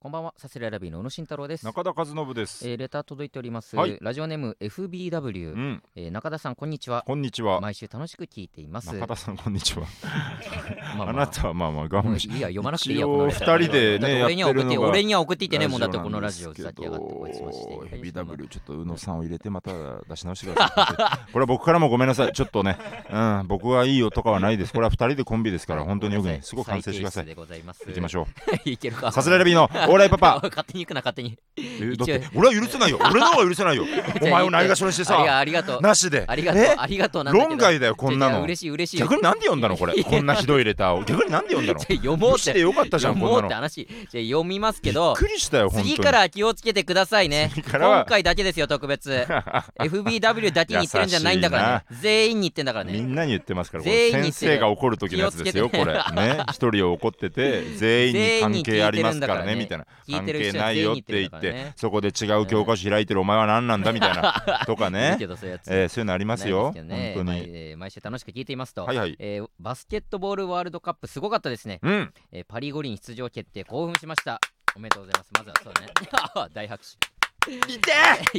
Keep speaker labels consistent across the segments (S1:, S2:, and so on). S1: こんばんは、サスレラビーの宇野慎太郎です。
S2: 中田和信です。
S1: えーレター届いております。
S2: はい
S1: ラジオネーム FBW、
S2: うん、
S1: えー中田さんこんにちは。
S2: こんにちは。
S1: 毎週楽しく聞いています。
S2: 中田さん、こんにちは。
S1: ま
S2: あなたはまあまあ、我
S1: もう
S2: 慢
S1: い
S2: し
S1: いや読まなくていいや
S2: 一応
S1: このレター
S2: 二人でね
S1: だって俺には送って
S2: やってるのが
S1: 俺には送っていてねもうだって
S2: ラ
S1: こ
S2: ジ
S1: の
S2: オなん
S1: ラ
S2: で
S1: ジ
S2: す
S1: オ
S2: け
S1: 出さ
S2: ど
S1: きやがって声しまして。
S2: BW、ちょっと宇野さんを入れて、また出し直してください。これは僕からもごめんなさい。ちょっ とね、うん、僕はいいよとかはないです。これは二人でコンビですから、本当によくね、すごく反省してください。
S1: でございます。
S2: 行きまし
S1: ょ
S2: ょ
S1: う。いけるか。
S2: う。サスレラビー のオーライパパ。
S1: 勝手に行くな勝手に。
S2: えだって、俺は許せないよ。俺の方は許せな いよ。お前をないがしろにして
S1: ありが
S2: さ、
S1: ありがとう。
S2: なしで。
S1: ありがとう
S2: え
S1: ありがとうなんだけど。
S2: 論外だよ、こんな
S1: 違う違う
S2: の。
S1: 嬉しい嬉しい。
S2: 逆になんで読んだのこれ。こんなひどいレターを。逆になんで読んだの
S1: じゃあ読もう
S2: 無
S1: っ
S2: 視
S1: て
S2: で。よかったじゃん、こん
S1: も
S2: な
S1: うっ
S2: の
S1: て。話じゃあ読みますけ
S2: びっ
S1: ど
S2: くりしたよ、本当に。
S1: 次からは気をつけてくださいね
S2: 次からは
S1: 今回だけですよ特 別 FBW だけに言ってるんじゃないんだからね全員に言ってんだから
S2: み
S1: ね
S2: んなに言ってますから、こ
S1: 全
S2: れ
S1: 員に言って
S2: 先
S1: る
S2: 生が怒る時のやつですよ、
S1: 気
S2: こ
S1: をつけ
S2: れ
S1: て。
S2: ね、一人を怒ってて、全員に関係ありますから
S1: 全
S2: ね、
S1: 員に聞い
S2: み
S1: て
S2: たい
S1: るん
S2: な
S1: だ。からね
S2: 関係ないよって
S1: 聞
S2: 言っ
S1: いてる人は全員に言ってるんだからね
S2: て、そこで違う教科書開いてるお前は何なんだみたいな、とか
S1: いい
S2: ね
S1: け、どそういうやつ
S2: えーそういうのありますよ、
S1: ない
S2: 本
S1: ですけ
S2: 当
S1: どね毎
S2: に。
S1: えー毎週楽しく聞いていますと
S2: はいはい。
S1: えーバスケットボールワールドカップすごかったですね
S2: うん、
S1: えーパリ五輪出場決定興奮しましたおめでとうございますまずはそうね 大拍手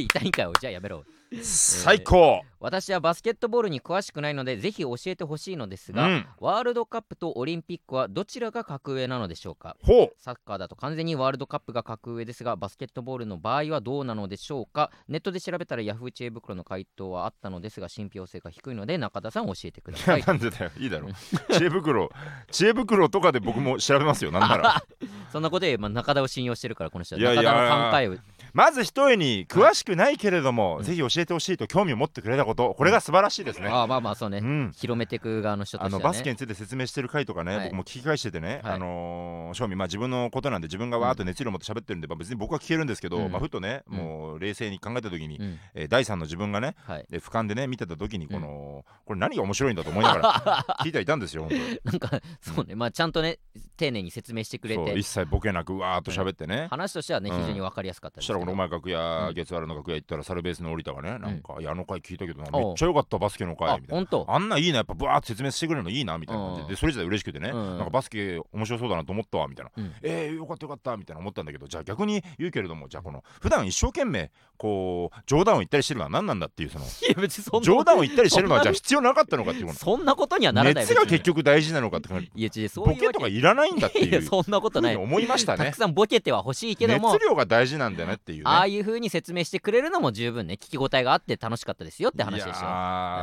S1: 痛いんかよじゃあやめろ
S2: 最高
S1: 私はバスケットボールに詳しくないのでぜひ教えてほしいのです
S2: う
S1: が、
S2: ん、
S1: ワールドカップとオリンピックはどちらが格上なのでしょうか
S2: ほう
S1: サッカーだと完全にワールドカップが格上ですがバスケットボールの場合はどうなのでしょうかネットで調べたらヤフー知恵袋の回答はあったのですが信憑性が低いので中田さん教えてくだ
S2: い
S1: さ
S2: や
S1: い
S2: なんでだよ、いいだろう。知恵袋、知恵袋とかで僕も調べますよ、なんなら。
S1: そんなことで、まあ、中田を信用してるからこの人はい
S2: やいや
S1: 中田の考えを
S2: まず一重に詳しくないけれども、
S1: い
S2: ぜひ教えてほしいと興味を持ってくれたこと、これが素晴らしいですね。
S1: ああまあまあそうね、
S2: うん
S1: 広めていく側の人と
S2: あ
S1: しては、ね、
S2: のバスケについて説明してる回とかね、
S1: はい
S2: 僕も聞き返しててね、
S1: はい
S2: あのー正味、まあ、自分のことなんで、自分がわーっと熱量持って喋ってるんで、まあ、別に僕は聞けるんですけど、
S1: うん
S2: まあ、ふとね、
S1: うん
S2: もう冷静に考えたときに、
S1: うん
S2: えー第3の自分がね、
S1: はい、
S2: えー俯瞰でね、見てたときにこの、これ、何が面白いんだと思いながら 聞いてはいたんですよ、本当に
S1: なんかそうねまあちゃんとね丁寧に説明してくれ
S2: そう
S1: て
S2: 一切ボケなく、わーっと喋ってね。
S1: 話としてはね
S2: うん
S1: 非常に分かりやすかった
S2: そ
S1: で
S2: し
S1: す
S2: た
S1: けど
S2: らこの前楽屋、
S1: うん
S2: 月原の楽屋行ったらサルベースの降りたがね、なんか「いやあの回聞いたけどな
S1: おう
S2: めっちゃ良かったバスケの回」みたい
S1: あ
S2: な
S1: 本当
S2: あんないいなやっぱブワーって説明してくれるのいいなみたいな感じ
S1: うん
S2: ででそれ自体嬉しくてね、
S1: うん
S2: なんかバスケ面白そうだなと思ったわみたいな、
S1: うん
S2: えー、よかったよかったみたいな思ったんだけどじゃあ逆に言うけれどもじゃあこの普段一生懸命こう冗談を言ったりしてるのは何なんだっていうその
S1: いや別にそんな
S2: 冗談を言ったりしてるのはじゃあ必要なかったのかっていうこ
S1: そんなことには な
S2: の
S1: らない
S2: 熱が
S1: 別に
S2: 結局大事なのかって感じ
S1: いや違うそう
S2: ボ
S1: いう
S2: ケ
S1: わ
S2: とか
S1: け
S2: いらないんだって
S1: いや
S2: いう
S1: そんなこと
S2: ふう
S1: ない、
S2: に思いました
S1: た
S2: ね
S1: く。さんボケては欲しいけども
S2: 熱量が大事なんだよねっていうね。
S1: ああいう風に説明してくれるのも十分ね聞き応えがあって楽しかったですよって話でし
S2: いや
S1: た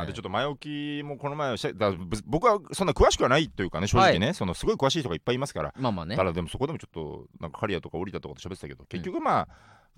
S2: ー
S1: うん
S2: でちょっと前置きもこの前はしてだぶ僕はそんな詳しくはないというかね正直ね、そのすごい詳しい人がいっぱいいますから、
S1: まあまあね
S2: ただでもそこでもちょっとなんかカリアとかオリタとかと喋ってたけど結局まあ、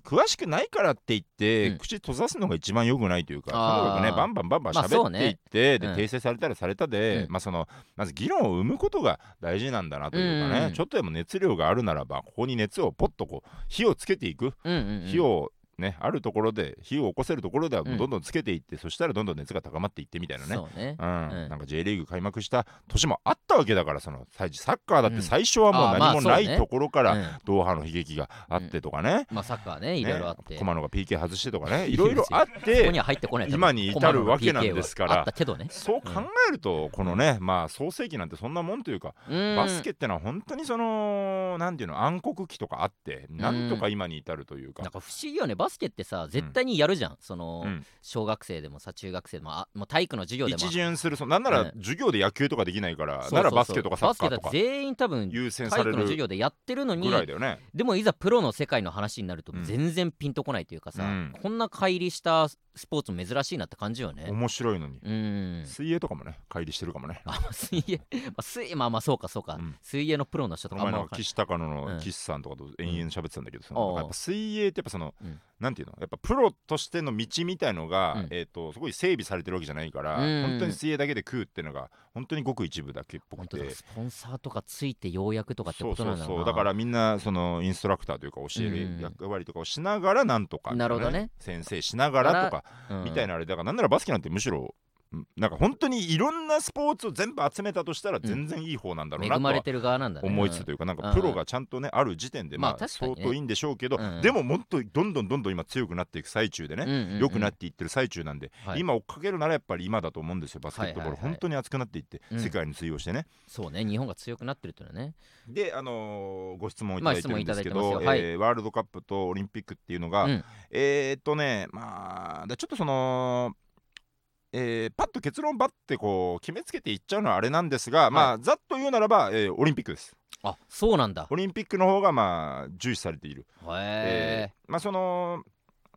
S2: 詳しくないからって言って、
S1: うん
S2: 口閉ざすのが一番良くないというか、
S1: あー
S2: とにかくねバンバンバンバン
S1: まあそ
S2: 喋
S1: う
S2: っ
S1: ね
S2: ていって、
S1: うん
S2: で訂正されたらされたで、
S1: うん
S2: まあそのまず議論を生むことが大事なんだなというかね、
S1: うんうん
S2: ちょっとでも熱量があるならばここに熱をポッとこう火をつけていく
S1: うんうん、うん、
S2: 火をね、あるところで火を起こせるところでは
S1: うん
S2: どんどんつけていって、そしたらどんどん熱が高まっていってみたいなね
S1: そうね
S2: うん
S1: うん
S2: なんか J リーグ開幕した年もあったわけだからその最初サッカーだっ
S1: うん
S2: て最初はも
S1: あー
S2: う
S1: まあ
S2: 何も
S1: そう
S2: な
S1: ね
S2: いところから、
S1: うん
S2: ドーハの悲劇があってとかね,、
S1: まあサッカーねいろいろあって、
S2: ね駒野が PK 外してとかね
S1: い
S2: い
S1: ろ
S2: ろ
S1: い
S2: い
S1: ろ
S2: ろあっ
S1: ここに
S2: て
S1: は入ってこないと思う
S2: 今に至るわけなんですから
S1: コマの PK はあったけどね
S2: そう考えるとこのね、まあ創世紀なんてそんなもんというか、バ
S1: バ
S2: スケってのは本当にそのなんていうの暗黒期とかあってなんとか今に至るというか、
S1: なんか不思議よねバスケってさ絶対にやるじゃん、その、
S2: うん
S1: 小学生でもさ中学生でもあもう体育の授業でも
S2: 一巡するそうなんな
S1: うん
S2: ら授業で野球とかできないか
S1: そう
S2: ら、
S1: そうそう
S2: ならバスケとかサッカーと
S1: バスケだって
S2: か
S1: 全員多分
S2: 優先
S1: 体
S2: さ
S1: 育
S2: れ
S1: の
S2: る
S1: 授業でやってるのに
S2: ぐらいだよね
S1: でもいざプロの世界の話になると
S2: うん
S1: 全然ピンとこないというかさ、
S2: うん
S1: こんな乖離したスポーツも珍しいなって感じよね。
S2: 面白いのに、
S1: うん
S2: 水泳とかもね乖離してるかもね
S1: あまあ水泳、まあ、水まあまあそうかそうか、
S2: うん
S1: 水泳のプロの人
S2: ことの
S1: かあ
S2: 前
S1: んま
S2: の
S1: 分かんない
S2: 岸高野
S1: うん
S2: の岸さんとかと延々喋ってたんだけど、そ
S1: おうお
S2: の
S1: う
S2: やっぱ水泳ってやっぱその、
S1: うん
S2: なんていうのやっぱプロとしての道みたいのが、
S1: うん
S2: えっ、とすごい整備されてるわけじゃないか
S1: う
S2: ら、
S1: ん
S2: 本当に水泳だけで食うっていうのが本当にごく一部だけっぽ
S1: 本
S2: く
S1: 当だ
S2: て
S1: スポンサーとかついてようやくとかって
S2: そ
S1: こ
S2: う
S1: と
S2: そ
S1: な
S2: うん
S1: だろう
S2: そ
S1: な
S2: うだからみんなそのインストラクターというか教え
S1: うん
S2: る役割とかをしながらなんとか、
S1: なるほどね
S2: 先生しながらとか
S1: うん
S2: みたいなあれだからなんならバスケなんてむしろうんなんか本当にいろんなスポーツを全部集めたとしたら全然いい方なんだろう
S1: 恵
S2: なと
S1: まれ
S2: は
S1: てる側なんだね
S2: 思いつつというかなん
S1: う
S2: か
S1: ん
S2: プロがちゃんとねある時点で
S1: まあ
S2: まあ
S1: 確かに
S2: 相
S1: ね
S2: 当いいんでしょうけど
S1: うん
S2: でももっとどんどんどんどん今強くなっていく最中でね良くなっていってる最中なんで
S1: はい
S2: 今追っかけるならやっぱり今だと思うんですよバスケットボ
S1: は
S2: ール
S1: いはいはい
S2: 本当に熱くなっていって
S1: うん
S2: 世界に通用してね
S1: そうね日本が強くなってるっていうのはね
S2: であのーご質問いただいてるんで
S1: まあ質問
S2: すけ
S1: いただいて
S2: ど
S1: ますよはい
S2: えーワールドカップとオリンピックっていうの
S1: う
S2: が
S1: ん
S2: えーっとねまあだちょっとそのえーパッと結論ばってこう決めつけていっちゃうのはあれなんですが、まあざっと言うならば、えーオリンピックです
S1: あそうなんだ
S2: オリンピックの方がまあ重視されている
S1: へ
S2: えーまあその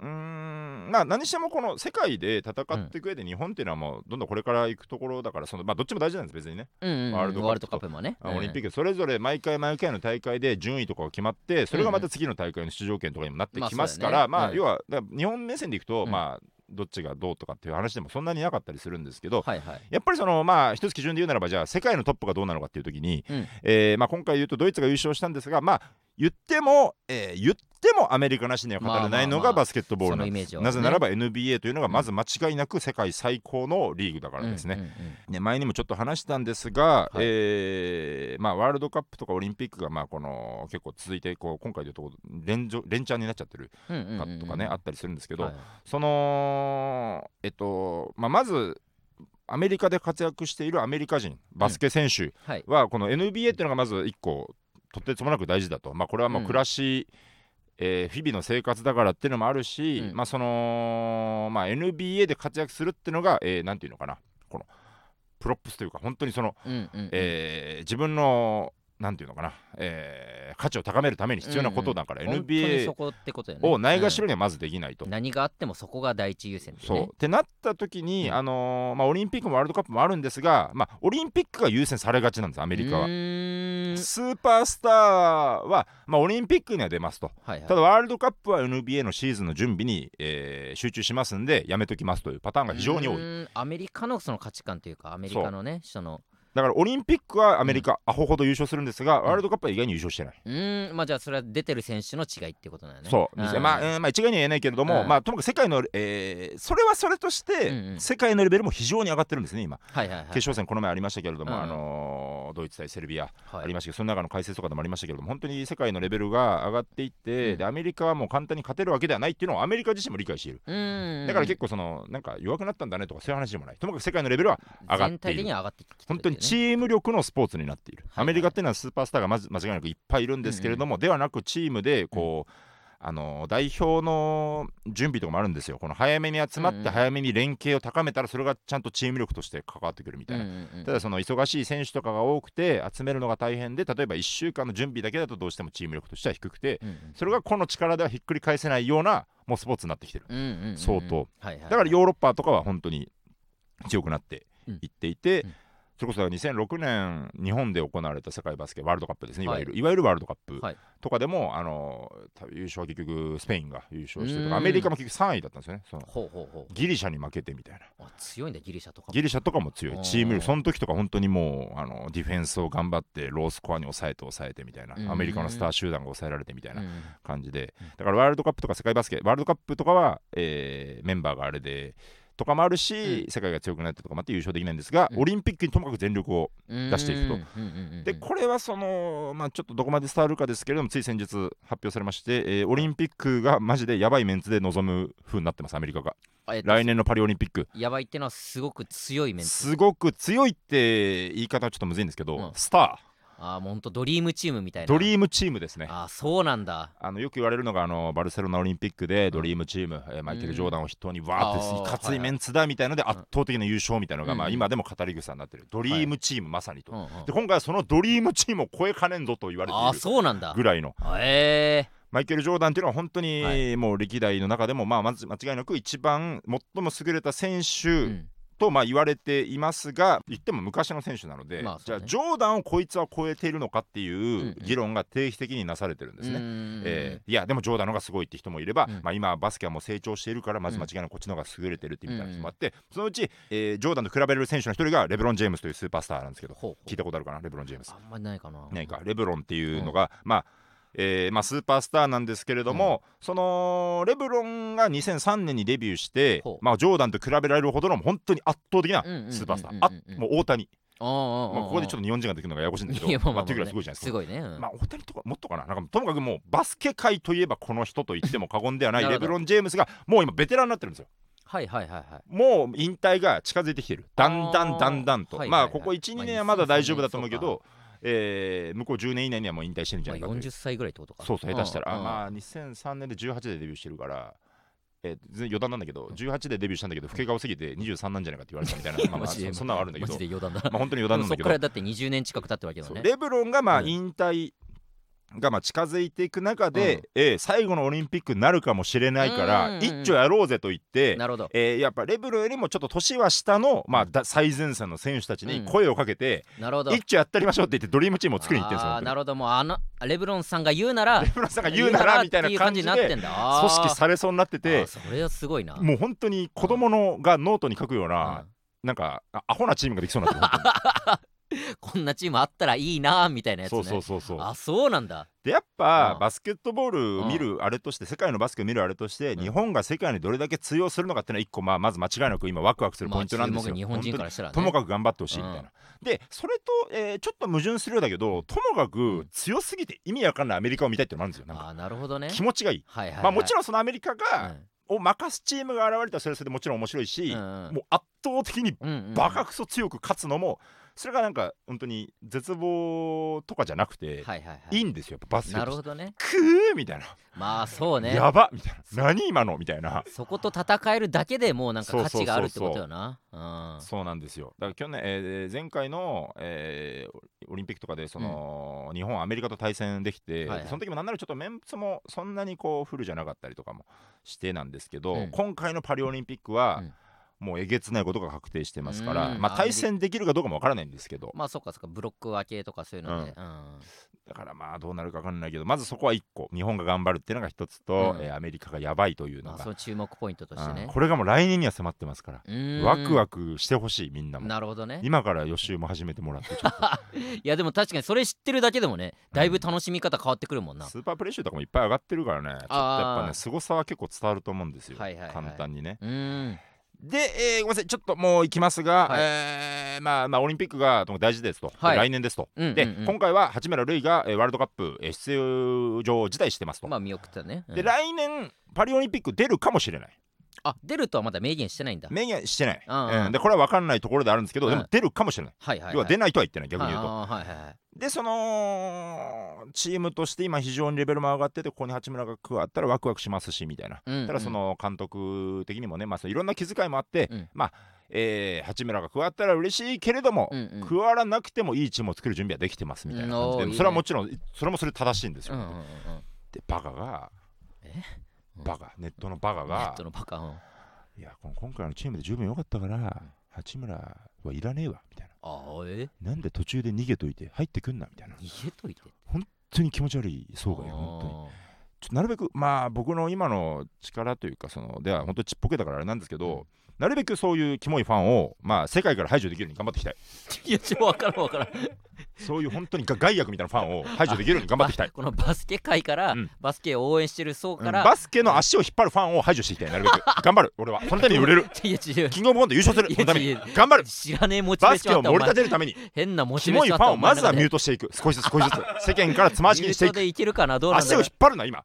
S2: うーんまあ何してもこの世界で戦っていく上で日本っていうのはもうどんどんこれから行くところだからそのまあどっちも大事なんです別にね
S1: えうんうんうん
S2: ワ
S1: ワ
S2: ールドカ
S1: ー
S2: ップと
S1: ルドカップもね
S2: あオリンピッ
S1: ク
S2: クそれぞれ毎回毎回の大会で順位とかが決まってそれがまた次の大会の出場権とかにもなってきます
S1: ま
S2: か
S1: あ
S2: ら
S1: そうだよ
S2: まあ
S1: ね
S2: 要はだから日本目線でいくと
S1: うん
S2: まあどっちがどうとかっていう話でもそんなになかったりするんですけど
S1: はいはい
S2: やっぱりそのまあ一つ基準で言うならばじゃあ世界のトップがどうなのかっていう時に、
S1: うん
S2: えーまあ、今回言うとドイツが優勝したんですがまあ言っても、えー言ってもアメリカなしには語れないの
S1: まあまあまあ
S2: がバスケットボール
S1: そ
S2: なん
S1: のイメ
S2: で
S1: ージ
S2: す、
S1: はね
S2: なぜならば NBA というのがまず間違いなく世界最高のリーグだからです
S1: う
S2: ね,、
S1: んうんうん
S2: ね前にもちょっと話したんですが、
S1: はい
S2: えーまあ、ワールドカップとかオリンピックがまあこの結構続いてこう今回でいうと連続連チャンになっちゃってる
S1: うんうんうん
S2: か
S1: うん
S2: とかね、あったりするんですけど、
S1: はい
S2: そのえっと、まあ、まずアメリカで活躍しているアメリカ人バスケ選手
S1: はい
S2: は、この NBA っていうのがまず1個とてつもなく大事だと、まあ、これはもう
S1: うん
S2: 暮らし、えー日々の生活だからっていうのもあるし、
S1: うん
S2: まあそのまあ、NBA で活躍するっていうのが、えーなんていうのかなこのプロップスというか本当にその、
S1: うんうんうん
S2: えー自分のなんていうのかな、えー価値を高めるために必要なことだから、
S1: 本当に
S2: NBA
S1: そこってことだよね
S2: をないがしろにはまずできないと
S1: うん。何があってもそこが第一優先だよ
S2: そう
S1: ね
S2: ってなった時に、
S1: うん
S2: あのーまあ、オリンピックもワールドカップもあるんですが、まあ、オリンピックが優先されがちなんですアメリカ
S1: う
S2: は。
S1: ーん
S2: スーパースターは、まあ、オリンピックには出ますと
S1: はいはい
S2: ただワールドカップは NBA のシーズンの準備に、えー集中しますんでやめときますというパターンが非常に
S1: う
S2: 多い
S1: ーんアメリカのその価値観というかアメリカのねその
S2: だからオリンピックはアメリカ、アホほど優勝するんですがワールドカップは意外に優勝してない、
S1: うーんまあじゃあそれは出てる選手の違いっていうことだよね
S2: そう、
S1: ん
S2: まあ、うんまあ、一概には言えないけれども、
S1: うん
S2: まあ、ともかく世界の、えーそれはそれとして、
S1: うんうん
S2: 世界のレベルも非常に上がってるんですね今
S1: はいはいはい
S2: 決勝戦この前ありましたけれども、
S1: うん
S2: あのードイツ対セルビア
S1: はい
S2: ありましたけど、その中の解説とかでもありましたけれども、本当に世界のレベルが上がっていって、
S1: うん
S2: でアメリカはもう簡単に勝てるわけではないっていうのをアメリカ自身も理解している。
S1: うーん
S2: だから結構そのなんか弱くなったんだねとかそういう話でもないともかく世界のレベルは上がっている
S1: 全体的には上がってきてるっていう
S2: 本
S1: ね
S2: 当にチーム力のスポーツになっている、
S1: はい
S2: アメリカっていうのはスーパースターがまず間違いなくいっぱいいるんですけれども、ではなくチームでこう、あの代表の準備とかもあるんですよこの早めに集ま
S1: う
S2: っ
S1: んう
S2: て
S1: ん
S2: 早めに連携を高めたらそれがちゃんとチーム力として関わってくるみたいな、
S1: うんうんうん
S2: ただその忙しい選手とかが多くて集めるのが大変で例えば1週間の準備だけだとどうしてもチーム力としては低くて
S1: うんうん
S2: それが個の力ではひっくり返せないようなもうスポーツになってきてる
S1: うんうんうんうん
S2: 相当
S1: はいはい
S2: だからヨーロッパとかは本当に強くなっていっていて、
S1: うんうん
S2: それこそ2006年日本で行われた世界バスケワールドカップですねい
S1: は
S2: わ
S1: い
S2: ゆる、い、わゆるワールドカップ
S1: はい
S2: とかでも、あの多分優勝は結局スペインが優勝してと
S1: うん
S2: かアメリカも結局3位だったんですよねその
S1: ほうほうほ
S2: ギリシャに負けてみたいな。
S1: うあ強いんだギリシャとかも
S2: ギリシャとかも強
S1: あ
S2: い
S1: ー
S2: チームその時とか本当にもうあのディフェンスを頑張ってロースコアに抑えて抑えてみたいな
S1: うん
S2: アメリカのスター集団が抑えられてみたい
S1: うん
S2: な
S1: うん
S2: 感じで
S1: うん
S2: だからワールドカップとか世界バスケワールドカップとかは、えーメンバーがあれでとかもあるし、世界が強くなってとかもあって優勝できないんですが、
S1: うん
S2: オリンピックにともかく全力を出していくと
S1: うんうんうんうん
S2: でこれはその、まあ、ちょっとどこまで伝わるかですけれどもつい先日発表されまして、えーオリンピックがマジでやばいメンツで臨む風になってますアメリカが
S1: あえっと
S2: 来年のパリオリンピック
S1: やばいってのはすごく強い面
S2: すごく強いって言い方はちょっとむずいんですけど、
S1: うん
S2: スタ
S1: ああもうほんとドリームチームみたい
S2: ー
S1: な
S2: ドリームチームですね
S1: ああそうなんだ
S2: あのよく言われるのがあのバルセロナオリンピックでドリームチーム、えーマイケル・ジョーダンを筆頭にわ
S1: あ
S2: ー
S1: ー
S2: っていかついメンツだみたいので
S1: はい
S2: 圧倒的な優勝みたいなのが、
S1: うん
S2: まあ、今でも語り草になってるドリームチームまさにと、
S1: うんうん
S2: で今回はそのドリームチームを超えかねんぞと言われて
S1: ああ
S2: いる
S1: そうなんだ
S2: ぐらいの
S1: え
S2: マイケル・ジョーダンっていうのは本当に、
S1: は
S2: もう歴代の中でも、まあ、まず間違いなく一番最も優れた選手、
S1: えうん
S2: とまあ言われていますが言っても昔の選手なので、
S1: まあ
S2: じ
S1: そう
S2: ゃあ
S1: ね
S2: ジョーダンをこいつは超えているのかって
S1: んう
S2: い
S1: ん
S2: う議論が定期的になされてるんですね。
S1: ね
S2: えーいやでもジョーダンの方がすごいって人もいれば、
S1: うん
S2: まあ、今はバスケはもう成長しているからまず間違いなくこっちの方が優れてるってみたいな人もあって、そのうち、えージョーダンと比べれる選手の一人がレブロン・ジェームスというスーパースターなんですけど
S1: ほうほう
S2: 聞いたことあるかなレブロン・ジェームス
S1: あ。んまりないかな
S2: 何かレブロンっていうのが、まあえーまあ、スーパースターなんですけれども、そのレブロンが2003年にデビューして
S1: ほ、う
S2: まあ、ジョーダンと比べられるほどの本当に圧倒的な
S1: うんうんうんうんうん
S2: スーパースター、あもう大谷、
S1: ああああああ
S2: まあ、ここでちょっと日本人ができるのがややこしいんだけど、
S1: いやまあまあまあ
S2: っていうぐらいすごいじゃないで
S1: す
S2: すか。
S1: ごいね、うん
S2: まあ、大谷とかもっとかななんかともかくもうバスケ界といえばこの人と言っても過言ではない
S1: なる
S2: レ
S1: ほど
S2: ブロン・ジェームスがもう今ベテランになってるんですよ
S1: はいはいはいはい
S2: もう引退が近づいてきてるだんだ
S1: あー
S2: んだんだんと、
S1: はいはい
S2: ま
S1: はい
S2: あここ12
S1: まあ
S2: 年はまだ大丈夫だと思うけ
S1: そう
S2: ど、えー向こう10年以内にはもう引退してるんじゃないか
S1: まあ、
S2: という
S1: 40歳ぐらいってことか
S2: そうそう下手したら、あ
S1: うん
S2: まあ2003年で18でデビューしてるから、えー全然余談なんだけど18でデビューしたんだけど老け顔すぎて23なんじゃないかって言われたみたい なまあまあ
S1: マジで
S2: そそんなのあるんだけ
S1: マ
S2: ど
S1: ジで余談だ
S2: まあ本当に余談
S1: でもそ
S2: なんだ
S1: っ
S2: け
S1: か
S2: ど、
S1: らだって20年近く経ってるわけだ
S2: そ
S1: もん
S2: う
S1: ね
S2: レブロンがまあ
S1: うん
S2: 引退がまあ近づいていく中で、
S1: うん
S2: えー最後のオリンピックになるかもしれないか
S1: うんうん
S2: ら
S1: うんうん
S2: 一丁やろうぜと言って、
S1: なるほど
S2: えーやっぱレブロンよりもちょっと年は下の、まあ、だ最前線の選手たちに声をかけて、
S1: なるほど
S2: 一丁やってやりましょうって言ってドリームチームを作りに行ってるんですよ
S1: あー
S2: 本当に。
S1: なるほどもうあのレブロンさんが言うなら
S2: レブロンさんが言う ならみたいな感
S1: って
S2: じ
S1: いう感じになって
S2: で
S1: んだ
S2: 組
S1: 組
S2: 織されそうになってて
S1: それはすごいな
S2: もう本当に子供のがノートに書くような、なんかあアホなチームができそうになってる本
S1: うんこんなチームあったらいいなみたいな
S2: 当に
S1: やつ
S2: そ
S1: ね
S2: うそうそうそう
S1: あそうなんだ
S2: でやっぱ、
S1: うん
S2: バスケットボール見るあれとして世界のバスケを見るあれとして、
S1: うん
S2: 日本が世界にどれだけ通用するのかっていうのは一個、まあ、まず間違いなく今ワクワクするポイントなんです
S1: まあ注
S2: よ、
S1: 目日本人から
S2: 本
S1: したら
S2: 当
S1: ね
S2: にともかく頑張ってほしいみたいな、
S1: うん
S2: でそれと、えーちょっと矛盾するようだけどともかく強すぎて意味わかんないアメリカを見たいってのもあるんですよなん
S1: あ
S2: か
S1: ーなるほどね
S2: 気持ちがいい、
S1: はいはいはい
S2: まあ、もちろんそのアメリカが、
S1: うん
S2: を任すチームが現れたらそれはそれでもちろん面白いし、
S1: うんうん
S2: もう圧倒的に
S1: うんうんうん
S2: バカクソ強く勝つのもそれがなんか本当に絶望とかじゃなくて、
S1: はいはいはい
S2: い、いんですよやっぱバスケ
S1: な
S2: と
S1: る
S2: し
S1: ほ
S2: て
S1: どね
S2: くーみたいな、
S1: まあそうね
S2: やばみたいな何今のみたいな
S1: そこと戦えるだけでもうなんか
S2: そう
S1: 価
S2: そうそ
S1: 値
S2: うそう
S1: があるってことよなうん
S2: そうなんですよだから去年、えー前回の、えーオリンピックとかでその、日本アメリカと対戦できて、
S1: はいはい
S2: その時もなんならちょっとメンツもそんなにこうフルじゃなかったりとかもしてなんですけど、
S1: うん
S2: 今回のパリオリンピックは、
S1: うん
S2: もうえげつないことが確定してますから、
S1: うん
S2: まあ、対戦できるかどうかもわからないんですけど、
S1: まあそっかそっかブロック分けとかそういうのでうん
S2: だからまあどうなるか分かんないけどまずそこは1個日本が頑張るっていうのが1つと、
S1: うん
S2: えーアメリカがやばいという
S1: ま
S2: の
S1: あ
S2: が、
S1: その注目ポイントとして
S2: うん
S1: ね
S2: これがもう来年には迫ってますから、ワクワ
S1: ク
S2: クしてほしいみんなも
S1: なるほどね
S2: 今から予習も始めてもらってちょっ
S1: いやでも確かにそれ知ってるだけでもねだいぶ楽しみ方変わってくるもん
S2: と
S1: な
S2: スーパープレッシュとかもいっぱい上がってるからねちょっとやっぱ
S1: あー
S2: ね凄さは結構伝わると思うんですよ、
S1: はいはいはい
S2: 簡単にね
S1: うーん
S2: で、えーごめんなさいちょっともういきますが、
S1: はい
S2: えーまあまあオリンピックがともかく大事ですと、
S1: はい
S2: 来年ですと、
S1: うんうんうん
S2: で今回は八村塁が、えーワールドカップ、えー出場を辞退してますと、
S1: まあ見送ったねうん
S2: で来年パリオリンピック出るかもしれない
S1: あ出るとはまだ明言してないんだ
S2: 明言してない、
S1: うん
S2: うんでこれは分かんないところであるんですけど、で
S1: う
S2: も
S1: ん
S2: 出るかもしれない、
S1: はいはいはい
S2: 要は出ないとは言ってない逆に言うと、
S1: あーはいはいはい
S2: でそのチームとして今非常にレベルも上がっててここに八村が加わったらワクワクしますしみたいな、
S1: うんうん
S2: ただその監督的にもね、まあ、そのいろんな気遣いもあって、
S1: うん
S2: まあ、えー八村が加わったら嬉しいけれども、
S1: うんうん
S2: 加わらなくてもいいチームを作る準備はできてますみたいな感じで、
S1: うんおーいいね
S2: それはもちろんそれもそれ正しいんです
S1: う
S2: よ、
S1: んうんうんうん
S2: でバカが
S1: えうん
S2: バカネットのバカ
S1: ネ
S2: が
S1: ットのバカうん
S2: いやこの今回のチームで十分良かったから八村はいらねえわみたい
S1: あーえ
S2: ななんで途中で逃げといて入ってくんなみたいな本
S1: 逃げといて
S2: 当に気持ち悪いそうがよ本当にちょっとなるべくまあ僕の今の力というかそのでは本当ちっぽけだからあれなんですけど、
S1: うん
S2: なるべくそういうキモいファンをまあ世界から排除できるように頑張っていきたい
S1: 当に いやちょっと分からん分 からん
S2: そういう本当にが害悪みたいなファンを排除できるように頑張っていきたい
S1: このバスケ界から、
S2: うん
S1: バスケを応援してる層
S2: うん
S1: から、
S2: バスケの足を引っ張るファンを排除していきたいなるべく頑張る俺はそのために売れる
S1: いや違う
S2: キングオブコント優勝するそのため
S1: い
S2: に
S1: や違う
S2: 頑張る
S1: 知らねえモチベー
S2: バス
S1: ショ
S2: ケ
S1: ンあ
S2: を
S1: ったお
S2: 盛り
S1: 前
S2: 立てるために
S1: 変なモチ
S2: キ
S1: ベー
S2: モ
S1: シ
S2: い
S1: ョン
S2: フ
S1: あった
S2: ァン
S1: お
S2: を
S1: 前
S2: ま
S1: の
S2: ず
S1: 中
S2: は
S1: で
S2: ミュートしていく少しずつ少しずつ 世間からつましきにしてい
S1: ミュート
S2: く
S1: でいけるかなどうなんだ
S2: 足を
S1: ろう
S2: 引っ張るな今
S1: まあ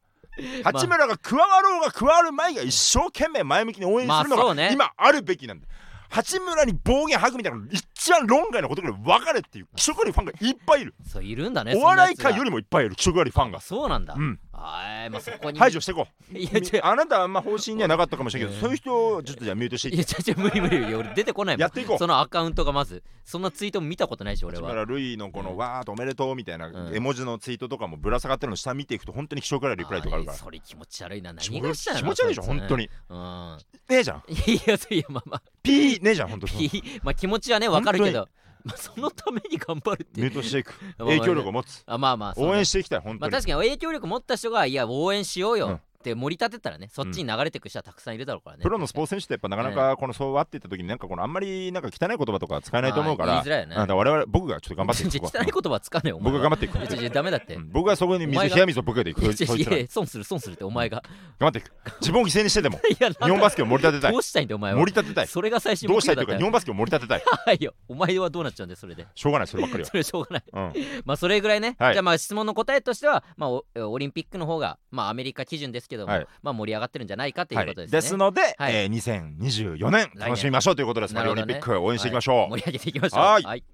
S2: 八村が加わろうが加わる前が一生懸命前向きに応援する
S1: まあ
S2: の
S1: そうね
S2: が今あるべきなんだ八村に暴言吐くみたいなの一番論外なことぐらい分かれっていう気色悪いファンがいっぱいいる
S1: そういるんだね
S2: お笑い界よ
S1: り
S2: りもいっぱいいる気色悪いファンが
S1: そうなんだ、
S2: うん
S1: あーまあそこに
S2: 排除していこ
S1: いや違
S2: う
S1: う
S2: あなたはあんま方針にはなかったかもしれないけ
S1: え
S2: ど
S1: ー
S2: そういう人をちょっとじゃあミュートしてい
S1: い
S2: って
S1: や違う違う無理無理いや俺出てこないも
S2: や
S1: ん
S2: っていこう
S1: そのアカウントがまずそんなツイートも見たことないし俺
S2: 八
S1: は
S2: 村塁のこのわーっとおめでとうみたいな
S1: うん
S2: 絵文字のツイートとかもぶら下がってるの下見ていくと本当に気色悪いリプライとかあるか
S1: あ
S2: ら
S1: ーそれ気持ち悪いな
S2: 気
S1: 何
S2: 持
S1: が
S2: ち
S1: したの
S2: 気持ち悪いでしょ本当
S1: に
S2: に
S1: うん
S2: ねえじゃん
S1: いやそういやまあまあ
S2: ピーねえじゃん本当に
S1: いいまあ気持ちはねわかるけどまあそのために頑張るって
S2: ミ
S1: い
S2: ュ
S1: う
S2: ートして いく
S1: まあ
S2: 影響力を持つ
S1: あまあまあそうね
S2: 応援していきたい本
S1: ま
S2: 当
S1: あ
S2: に
S1: 確かに影響力持った人がいや応援しようよ、
S2: うん
S1: って盛り立てたらねそっちに流れてく人はたくさんいるだろうからね、
S2: プロのスポー
S1: ーツ
S2: ツ選手ってやっぱなかなかこのそうわっていった時になんかこのあんまりなんか汚い言葉とか使えないと思うから
S1: 言いづらいよね
S2: うんだから我々僕がちょっと頑張ってい
S1: ち
S2: く
S1: ょ汚い言葉使うねよお前
S2: 僕が
S1: は
S2: 頑張っていく
S1: いやいやダメだって、
S2: うん僕はそこ に
S1: お前
S2: 水
S1: が
S2: 冷や水をぶっかけてい
S1: いや
S2: くそいそい
S1: い
S2: つ
S1: や
S2: ら
S1: い
S2: に
S1: や損する損するってお前が
S2: 頑張っていく自分を犠牲にしてで も
S1: いや
S2: 日本バスケを盛り立てたい
S1: どうしたいんだよお前は
S2: 盛り立てたい
S1: それが最終
S2: ど
S1: 目
S2: うした
S1: 標
S2: いと
S1: だった
S2: いうか日本バスケを盛り立てたい
S1: はいよお前はどうなっちゃうんだよそれで
S2: しょうがないそればっかりは
S1: それしょうがない
S2: うん
S1: まあそれぐらいね、
S2: はい
S1: じゃあまあ質問の答えとしては、まあ、おオリンピックの方が、まあ、アメリカ基準ですけども、
S2: はい
S1: まあ、盛り上がってるんじゃないかという
S2: は
S1: こ
S2: い
S1: とですね。
S2: ですので
S1: はい
S2: えー2024年楽しみましょうということですパ
S1: な
S2: リ
S1: る
S2: オ
S1: ほ
S2: リ
S1: ど
S2: ンピ
S1: ね
S2: ック応援していきましょ
S1: 盛
S2: う
S1: り上げていきましょう。
S2: はい
S1: はい、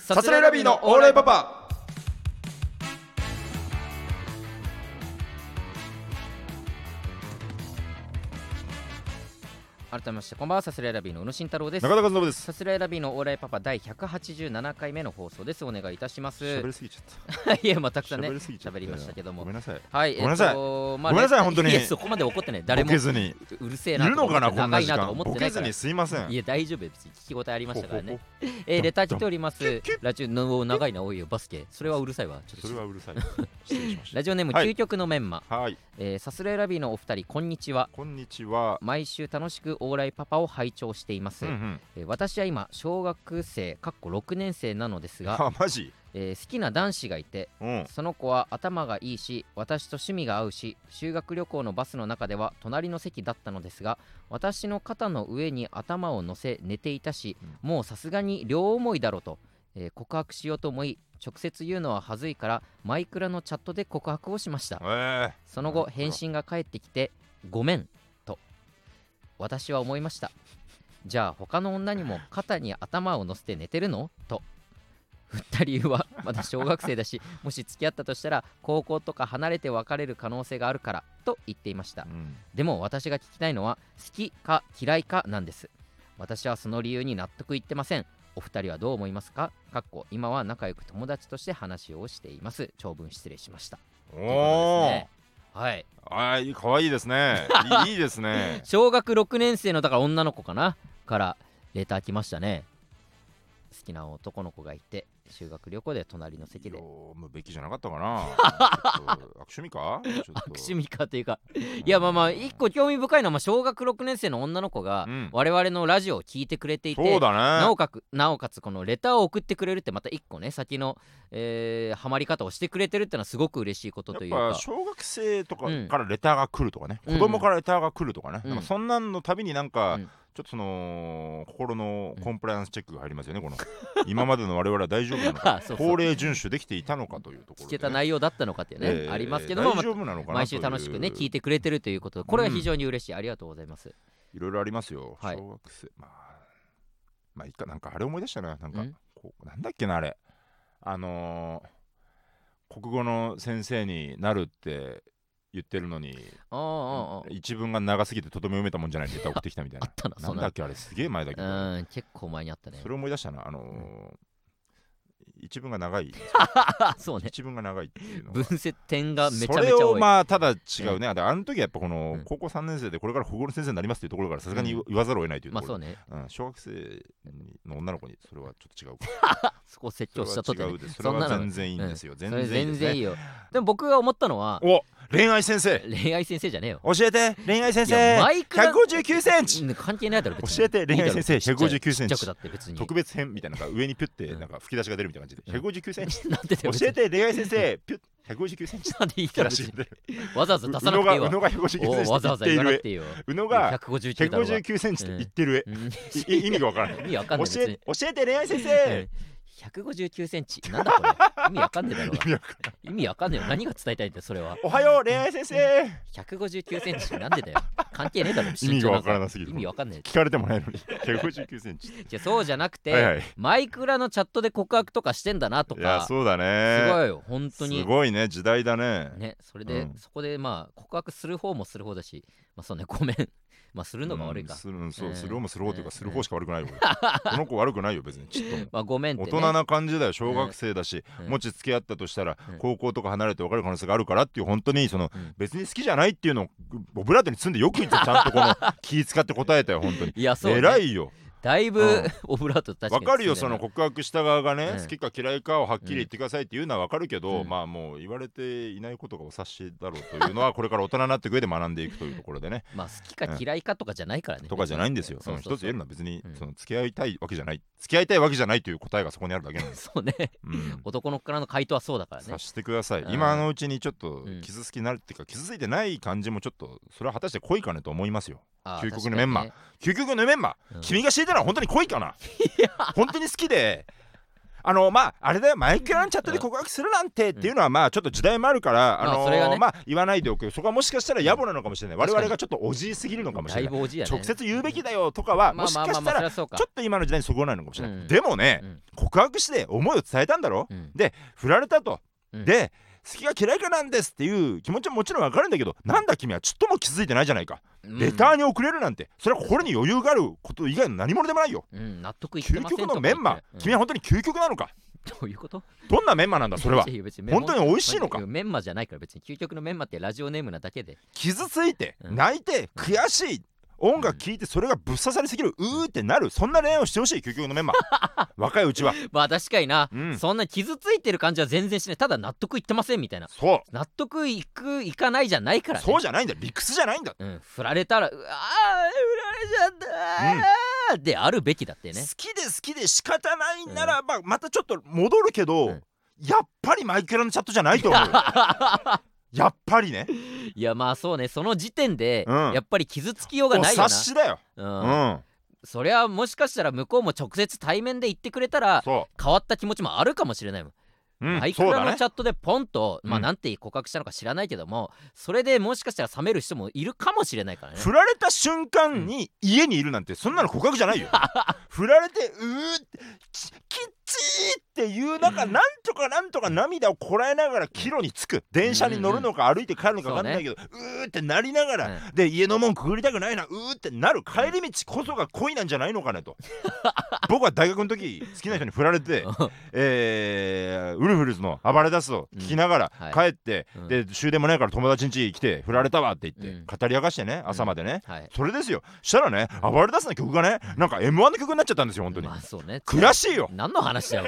S2: サスレラビーのオーライパパ
S1: 改めましてこんばんはサスレラビーの宇野慎太郎です
S2: 中田和伸です
S1: サスレラビーのオーライパパ第187回目の放送ですお願いいたします
S2: 喋りすぎちゃっ た
S1: いやまあたくさんね
S2: 喋りすぎちゃった
S1: 喋りましたけども
S2: ごめんなさい
S1: はい
S2: ごめんなさい
S1: えっとまあ
S2: ごめんなさい
S1: レッ
S2: 本当に
S1: やそこまで怒ってね誰
S2: ボ
S1: も
S2: ケずに
S1: うるせ
S2: い
S1: えな
S2: るのかな
S1: と
S2: こ
S1: 思
S2: ん
S1: って長
S2: な
S1: い
S2: 時
S1: なと
S2: 間
S1: 思
S2: ボ
S1: ってな
S2: ケ
S1: いか
S2: ず
S1: ら
S2: にすいません
S1: いや大丈夫です聞き応えありましたからね
S2: ほほほ
S1: えー、レター来ておりますラジオの長いな多いよバスケそれはうるさいわちょっと
S2: それはうるさい 失礼しまし
S1: ラジオネーム、
S2: はい
S1: 究極のメンマ、
S2: たはい
S1: えーサスレラビーのお二人こんにちは
S2: こんにちは
S1: 毎週楽しく往来パパを拝聴しています、
S2: うんうん
S1: えー私は今小学生かっこ6年生なのですが、
S2: あマジ
S1: えー好きな男子がいて
S2: うん
S1: その子は頭がいいし私と趣味が合うし修学旅行のバスの中では隣の席だったのですが私の肩の上に頭を乗せ寝ていたしもうさすがに両思いだろうと、えー告白しようと思い直接言うのは恥ずいからマイクラのチャットで告白をしました
S2: え
S1: その後
S2: なるほど
S1: 返信が返ってきて「ごめん」と私は思いましたじゃあ他の女に も肩に頭を乗せて寝てるのと振った理由はまだ小学生だ しもし付き合ったとしたら高校とか離れて別れる可能性があるからと言っていました
S2: ーうん
S1: でも私が聞きたいのは好きか嫌いかなんです私はその理由に納得いってませんお二人はどう思いますかかっこ今は仲良く友達として話をしています長文失礼しました
S2: お
S1: ということです
S2: お
S1: ねはい
S2: あーいい可愛いで すねいいいいですね
S1: 小学6年生のだから女の子かなからレター来ましたね好きな男の子がいて修学旅行で隣の席で悪
S2: 読むべきじゃなかった かなちょっと悪趣味かちょっと
S1: 趣味かというかいやまあまあ一個興味深いのはまあ小学6年生の女の子が
S2: うん
S1: 我々のラジオを聞いてくれていて、
S2: そうだ
S1: な
S2: ね
S1: おかくなおかつこのレターを送ってくれるってまた一個ね先の、えーハマり方をしてくれてるってのはすごく嬉しいことという
S2: やっぱ
S1: か
S2: 小学生とか
S1: うん
S2: からレターが来るとかね、
S1: うん
S2: 子供からレターが来るとかね、
S1: うん
S2: なんかそんなんのたびになんか、
S1: うん
S2: ちょっとその心のコンプライアンスチェックが入ります よねこの今までの我々は大丈夫なのか
S1: あそうそう
S2: 法令遵守できていたのかというところで、
S1: 聞けた内容だったのかっていうね、
S2: えー
S1: ありますけども、ま
S2: 大
S1: あ
S2: 丈夫なのかな
S1: 毎週楽しくね
S2: と
S1: 聞いてくれてるということでこれは非常に嬉しい、ありがとうございます
S2: いろいろありますよ、
S1: はい
S2: 小学生まあまあいいかなんかあれ思い出したななんか
S1: ん
S2: こうなんだっけなあれあのー国語の先生になるって言ってるのに
S1: ああああああ
S2: 一文が長すぎてとても読めたもんじゃないネタ送ってきたみたい
S1: あ
S2: な
S1: ったな、
S2: な
S1: そん
S2: んだ
S1: な
S2: っ。けあれすげえ前だけど、
S1: うん、結構前にあったね
S2: そ。れ思い出したなあのー一文が長い
S1: あ、そうね。
S2: 一文が長いっていうのが
S1: 分節点がめちゃ
S2: そ
S1: めち
S2: れ
S1: ゃ
S2: を
S1: 多い。
S2: まあただ違うね、あであの時はやっぱこの
S1: うん
S2: 高校3年生でこれから保護の先生になりますっていうところからさすがに
S1: うん
S2: 言わざるを得ないという
S1: ま
S2: と
S1: あ
S2: こ
S1: そ
S2: ろ
S1: うね。
S2: うん小学生の女の子にそれはちょっと違うか
S1: そこを説
S2: そ
S1: 教
S2: れ
S1: したとて
S2: は違
S1: ね
S2: う。ですそれ
S1: そんな
S2: は全
S1: の。
S2: 然いいんですよ、全
S1: それ
S2: 然いい
S1: 全
S2: です
S1: 然いい
S2: ね
S1: よ。でも僕が思ったのは、
S2: お恋愛先生
S1: 恋愛先生じゃねえよ。
S2: 教えて恋愛先
S1: いや
S2: 生
S1: マイクラ
S2: 159センチ
S1: うん関係ないだろ、別に。
S2: 教えて恋愛先生
S1: いいだろ
S2: 159セン
S1: ちっちゃく
S2: チ
S1: だって別に。
S2: 特別編みたいなのが上にピュって
S1: うん
S2: なんか吹き出しが出るみたいな感じで
S1: う
S2: 159センチ
S1: なんでだ
S2: 教
S1: よ別
S2: え
S1: に。
S2: て恋愛先生ピュッ159センチ
S1: なんでいいだ
S2: 吹き
S1: ろ
S2: 出
S1: 別に
S2: しが出る
S1: わざわざ
S2: 宇
S1: 出さな
S2: 野
S1: くて
S2: が
S1: いい
S2: 宇
S1: わ。
S2: 野が159センチ
S1: お
S2: っ
S1: おわざわ
S2: て
S1: ざ言わ
S2: 言って
S1: ないく
S2: る
S1: ていいよ。
S2: 上宇野が
S1: 159だろうが。
S2: 159センチって言ってる
S1: うん
S2: 上い意味がわからな
S1: 意
S2: い
S1: 味わかんない
S2: 教
S1: 別
S2: え
S1: に。
S2: 教えて恋愛先
S1: うん
S2: 生
S1: 159センチ。なんだこれ。意味わかんねえだろう
S2: 意
S1: が。
S2: 味わかんな
S1: 意味わかんねえ
S2: い
S1: よ。何が伝えたいんだよ、それは。
S2: おはよう恋愛先生
S1: 159センチなんでだよ。関係ねえだろ、
S2: 意味がわからなすぎる
S1: 意味わかんない。
S2: 聞かれてもないのに159センチ
S1: じゃそうじゃなくて、
S2: はいはい
S1: マイクラのチャットで告白とかしてんだなと
S2: いや
S1: か、
S2: そうだ
S1: すご
S2: ね
S1: いよ、本当に。
S2: すごいね時代だね
S1: ね、それで、
S2: うん
S1: そこでまあ告白する方もする方だし、まあそうね、ごめん。 まあするのが悪いか。
S2: うんするうんそう
S1: うん
S2: する方もする方という
S1: う
S2: か
S1: ん
S2: する方しか悪くないよこの子悪くないよ別にちょっとも
S1: まあごめんって、
S2: 大
S1: ね。
S2: 人な感じだよ小学生だし
S1: うん
S2: もし付き合ったとしたら
S1: うん
S2: 高校とか離れて分かる可能性があるからっていう本当にその
S1: うん
S2: 別に好きじゃな いっていうのをオブラートに積んでよく言ってちゃんとこの気使って答えたよ本当に
S1: いや、そう、ね。
S2: 偉いよ
S1: だいぶ、
S2: うん
S1: オブラート確か
S2: わ
S1: に
S2: かるよそ
S1: 包ん
S2: の
S1: でる
S2: 告白した側がね、
S1: うん
S2: 好きか嫌いかをはっきり言ってくださいっていうのはわかるけど、
S1: うん
S2: まあもう言われていないことがお察しだろうとい うのはこれから大人になっていく上で学んでいくというところでね
S1: まあ好きか嫌いかとかじゃないからね
S2: とかじゃないんですよそ
S1: そう
S2: の
S1: そう
S2: 一つ
S1: そう
S2: 言えるのは別に、
S1: うん
S2: その付き合いたいわけじゃない付き合いたいわけじゃないという答えがそこにあるだけなんです、
S1: そうね
S2: うん、
S1: 男の子からの回答はそうだからね
S2: 察してください
S1: うん
S2: 今のうちにちょっと
S1: うん
S2: 傷つきなるっていうか傷ついてない感じもちょっとそれは果たして恋かねと思いますよ
S1: ああ
S2: 究極のメンマ
S1: 確か
S2: 究極のメンバー、
S1: うん
S2: 君が知りたいのは本当に恋かな本当に好きであのまああれだよマイクランチャットで告白するなんてっていうのはまあちょっと時代もあるから、
S1: まあ
S2: あの
S1: それがね
S2: まあ言わないでおくそこはもしかしたら野暮なのかもしれない
S1: 確
S2: 我
S1: かに
S2: 々がちょっとおじいすぎるのかも
S1: にね
S2: し
S1: だい
S2: れない
S1: ぶおじいやね
S2: 直接言うべきだよとかは、
S1: まあ
S2: もし
S1: まあ
S2: か
S1: まあ
S2: し
S1: ま
S2: た
S1: あそり
S2: ら
S1: ゃそうか
S2: ちょっと今の時代にそこがないのかもしれない、
S1: うん
S2: でもね、
S1: うん
S2: 告白して思いを伝えたんだろ、
S1: うん
S2: で振られたと、
S1: うん
S2: で好きが嫌いかなんですっていう気持ちももちろんわかるんだけどなんだ君はちょっとも気づいてないじゃないか、
S1: うん
S2: レターに送れるなんてそれは心に余裕があること以外の何者でもないよ
S1: うん納得いって
S2: 究
S1: ません
S2: 極のメン
S1: と
S2: マ、
S1: か言って
S2: 君は本当に究極なのか
S1: うんどういうこと
S2: どんなメンマなん だそれは
S1: 別に別にメンマ
S2: 本当に美味しいのか
S1: メンマじゃないから別に究極のメンマってラジオネームなだけで
S2: 傷ついて
S1: うん
S2: 泣いて悔しい音楽聴いてそれがぶっ刺さりすぎるうーってなるそんな恋愛をしてほしい究極の メンマ若いうちは
S1: まあ確かにな、
S2: うん
S1: そんな傷ついてる感じは全然しないただ納得いってませんみたいな
S2: そう
S1: 納得いくいかないじゃないから、ね、
S2: そうじゃないんだ理屈じゃないんだ
S1: うん、振られたらうわー振られちゃったー、であるべきだってね
S2: 好きで好きで仕方ないならば、またちょっと戻るけど、
S1: うん
S2: やっぱりマイクラのチャットじゃないと思 うやっぱりね
S1: いやまあそうねその時点で、
S2: うん
S1: やっぱり傷つきよう
S2: お
S1: がないよ
S2: 察しだよ、う
S1: な、うん
S2: ん、
S1: それはもしかしたら向こうも直接対面で言ってくれたら
S2: そ
S1: 変わった気持ちもあるかもしれないもん、
S2: う、うん
S1: マイク
S2: そう
S1: ラ
S2: だ
S1: の
S2: ね
S1: チャットでポンと、まあ
S2: うん
S1: なんて告白したのか知らないけどもそれでもしかしたら冷める人もいるかもしれないからね
S2: 振られた瞬間に家にいるなんてそんなの告白じゃないよ 振られてうーってききっちーっていう中なんとかなんとか涙をこらえながら帰路に着く電車に乗るのか歩いて帰るのか分かんないけど、うーってなりながら、
S1: うん
S2: で家の門くぐりたくないなうーってなる帰り道こそが恋なんじゃないのか ねと僕は大学の時好きな人に振られて
S1: うん、
S2: えーウルフルズの「暴れ出す」を聞きながら
S1: うんは
S2: 帰って、
S1: うん
S2: で終電もないから友達ん家来て振られたわって言って、
S1: うん
S2: 語り明かしてね朝までね、
S1: はい
S2: それですよしたらね暴れ出すの曲がねなんか M1 の曲になっちゃったんですよ本当に
S1: まあそうね
S2: 悔しいよ
S1: 何の話だよ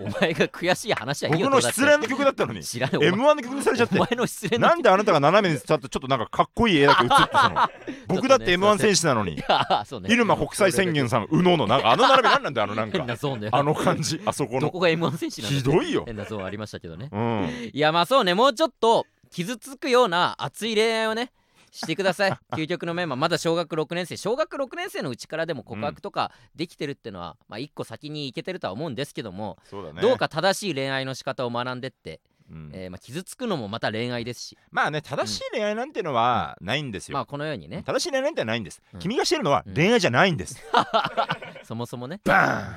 S1: お前お前が悔しい話はいい
S2: 僕
S1: よ
S2: の失恋の曲だったのに
S1: 知ら ないお前
S2: M1 の曲にされちゃっ
S1: お
S2: て
S1: 前の失恋の
S2: なんであなたが斜めに座ってちょっとなんかかっこいい絵だけ映ってたの僕だって M1 選手なのに
S1: ああそうね
S2: 入間国際宣言さん右脳のなんかあの並びなんなんだよあのな ん
S1: 変な
S2: か
S1: ゾーンだよ
S2: あの感じあそこ
S1: ど
S2: の
S1: こが M1 選手なんだ
S2: ひどいよ
S1: 変なゾーンありましたけどね
S2: うん
S1: いやまあそうねもうちょっと傷つくような熱い恋愛をねしてくだ さい究極のメンバーまだ小学6年生小学6年生のうちからでも告白とかできてるってのは、まあ一個先に行けてるとは思うんですけども、
S2: そうだね
S1: どうか正しい恋愛の仕方を学んでって、
S2: うん
S1: えーまあ、傷つくのもまた恋愛ですし
S2: まあね正しい恋愛なんてのはないんです
S1: まあ
S2: よ
S1: このようにね
S2: 正しい恋愛なんてないんです
S1: うん
S2: 君がしてるのは恋愛じゃないんです
S1: そもそもね
S2: バーン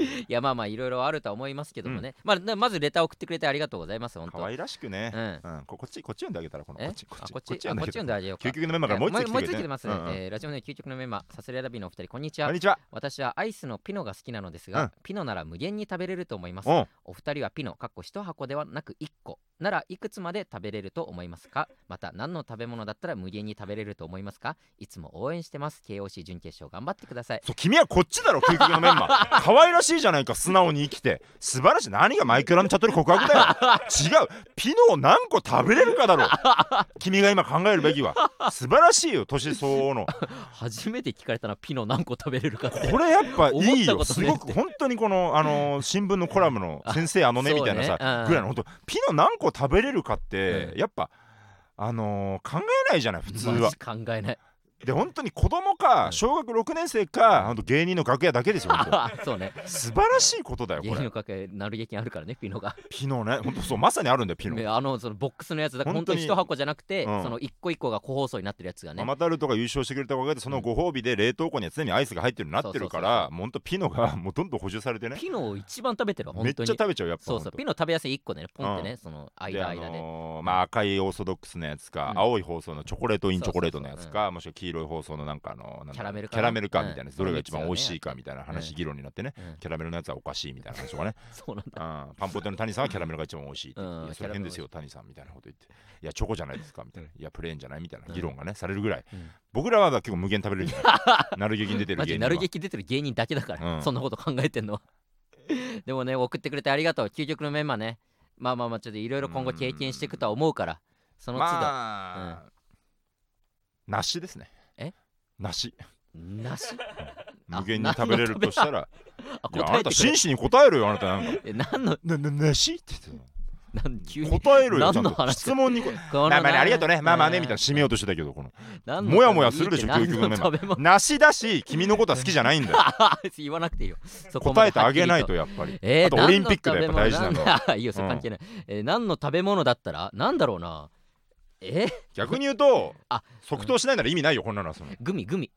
S1: いやまあまあいろいろあるとは思いますけどもね、まあなまずレター送ってくれてありがとうございます本当
S2: 可愛らしくね
S1: うん
S2: うん、ここっちこっち読んであげたらこのこ
S1: え
S2: っちこっ
S1: あ
S2: ち
S1: こっち
S2: 読
S1: あ
S2: んで
S1: こっ
S2: あ
S1: ち読
S2: げた
S1: んであげようか
S2: 究極のメンバーからもう一つ来て
S1: もう
S2: く
S1: 一
S2: れ
S1: つ
S2: て
S1: 来てますね、
S2: うんうん
S1: えーラジオネーム究極のメンバーサスレラビのお二人こんにち
S2: こ
S1: は
S2: んにちは。
S1: 私はアイスのピノが好きなのですが、
S2: うん
S1: ピノなら無限に食べれると思います
S2: うん。
S1: お二人はピノかっこ一箱ではなく一個ならいくつまで食べれると思いますかまた何の食べ物だったら無限に食べれると思いますかいつも応援してます KOC 準決勝頑張ってください
S2: そう君はこっちだろ究極のメンマ 可愛らしいじゃないか素直に生きて素晴らしい何がマイクラのチャットに告白だよ違うピノを何個食べれるかだろう君が今考えるべきは素晴らしいよ年相応の
S1: 初めて聞かれたなピノ何個食べれるかって
S2: これやっぱいい
S1: 思
S2: よ
S1: ったこと
S2: す
S1: ねえっ
S2: ご
S1: て
S2: く本当にこの、あのー新聞のコラムの「先生あのね」
S1: そう
S2: み
S1: ね
S2: たいなさ、
S1: うん
S2: ぐらいの本当ピノ何個食べれるかっ
S1: う
S2: て、やっぱあのー考えないじゃない普通
S1: マ
S2: は
S1: ジ考えない
S2: で本当に子供か
S1: ん
S2: 小学6年生か本当芸人の楽屋だけですよ本
S1: あ そうね
S2: 当素晴らしいことだよ
S1: 芸
S2: こ
S1: 人
S2: れ
S1: のかけなる劇あるからねピノが
S2: ピノね本当そうまさにあるんだよピノ
S1: ねあのそのボックスのやつだから本
S2: 本
S1: 当
S2: 当
S1: に
S2: に
S1: 一箱じゃなくて、
S2: うん
S1: その一個一個が個包装になってるやつがね
S2: ママタルトが優勝してくれたおかげでそのご褒美で冷凍庫には常にアイスが入ってるようになってるか
S1: そうそう
S2: らもう本当ピノがもうどんどん補充されてね
S1: ピノを一番食べてるわ
S2: め
S1: 本
S2: っち
S1: 当
S2: ゃ
S1: に
S2: 食べちゃうやっぱ
S1: そうそう
S2: 本当
S1: ピノ食べやすい1個でねポンってね、その
S2: で
S1: 間
S2: あ
S1: 間で、
S2: のーまあ赤いオーソドックスのやつか、
S1: うん
S2: 青い包装のチョコレートインチョコレートのやつかもしくは黄黄色い放送のなんかあのなんだ
S1: キャラメルか
S2: キャラメルかみたいな、
S1: うん
S2: どれが一番美味しいか
S1: うん
S2: みたいな話議論になってね、
S1: うん
S2: キャラメルのやつはおかしいみたいな話とかね、
S1: そうなんだ
S2: うん、パンポテの谷さんはキャラメルが一番美味しいって言って、
S1: うん
S2: いやそれ変ですよ谷さんみたいなこと言っていやチョコじゃないですかみたいな、いやプレーンじゃないみたいな議論がね、されるぐらい、
S1: うん
S2: 僕らは結構無限食べれるじゃ ないなる劇に出てる
S1: マジで
S2: 芸人
S1: な
S2: は
S1: る劇出てる芸人だけだから、
S2: うん
S1: そんなこと考えてんのは でもね送ってくれてありがとう究極のメンバーねまあまあまあちょっといろいろ今後経験していくとは思うからその都度、
S2: まあ、梨ですね
S1: え
S2: 梨
S1: な しあ
S2: 無限に食べれるとしたら
S1: あ
S2: いやあ
S1: 答え
S2: な
S1: てく
S2: た
S1: れ
S2: 真摯に答えるよあなたなんか
S1: え何の
S2: なな梨って言って
S1: 何急
S2: た
S1: に
S2: の答えろよ
S1: 何
S2: ちゃん
S1: の
S2: と
S1: 話
S2: 質問にこ
S1: この
S2: まあまあねありがとうねまあまあねみたいな締めようとしてたけどこのもやもやするでしょ
S1: 何の
S2: 教育のメンバー
S1: 食べ物
S2: 梨だし君のことは好きじゃないんだよ
S1: 言わなくていいよそこま
S2: 答
S1: で
S2: えてあげないと
S1: はっきり
S2: やっぱり
S1: えー、
S2: あとオリンピックがやっぱ大事なのは
S1: 何食べ物 いいよそれ
S2: うん
S1: 関係ない、えー何の食べ物だったらなんだろうなえー、
S2: 逆に言うと
S1: あ
S2: 即答しないなら意味ないよこんなのはその
S1: グミグミ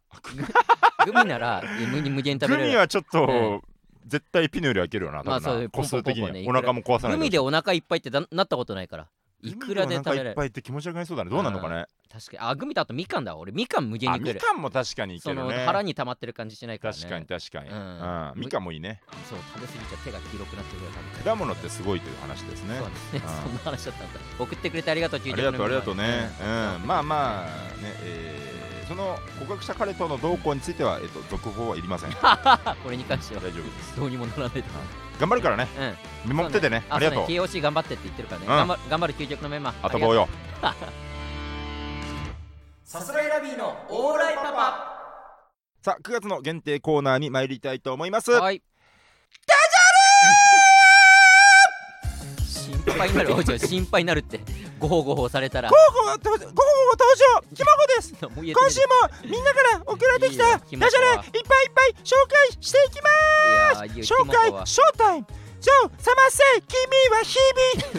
S1: グミならえ無無限に食べ
S2: グ
S1: れ
S2: ミ
S1: る
S2: はちょっと絶対ピノよりはいけるよな
S1: まあ
S2: 多分
S1: そう
S2: な個数的
S1: ポンポンポンポンね
S2: にはお腹も壊さない
S1: グミでお腹いっぱいってだなったことないからいくらで食べれ
S2: グミお腹い
S1: る
S2: っぱいって気持ち悪くなりそうだねどうなんのかね
S1: 確かにあグミだとみかんだ俺みかん無限に
S2: あ
S1: 食え
S2: み
S1: る
S2: かんも確かにいけ
S1: そ
S2: る
S1: の
S2: ね
S1: 腹に溜まってる感じしないからね
S2: 確かに確かに、
S1: う
S2: うんんみかんもいいね
S1: そう食べ過ぎちゃ手が広くなってくるから
S2: 果物ってすごいという話ですね
S1: そうですね、
S2: うん
S1: そんな話だったんだ送ってくれてありがとうあ
S2: ありがとうありがとうね、うん、まあまあね、えーその告白した彼との同行については、えっと、続報はいり ません大
S1: あこれに関しては
S2: 丈夫です
S1: どうにもならないと
S2: 頑張るからね
S1: 思う、うん、
S2: 見守っててねありがと
S1: そ
S2: う
S1: うね KOC 頑張ってって言ってるからね、
S2: うん
S1: 頑張頑張る究極のメンバー
S2: 後棒よ
S1: さすらいラビーのオーライパパ
S2: さあ9月の限定コーナーに参りたいと思います
S1: はいダジャレ心配になるおいちょ心配になるってごほごほされたらも
S2: 午後が登場午後が登場きまこです
S1: う言えて
S2: 今週もみんなから送られてき
S1: いい
S2: た
S1: よ
S2: ダジャ
S1: キ
S2: レい
S1: モ
S2: っ
S1: コ
S2: ぱ
S1: はい
S2: いっぱい紹介していきます
S1: いやー
S2: 紹介ショータイムジョーサマセ君は日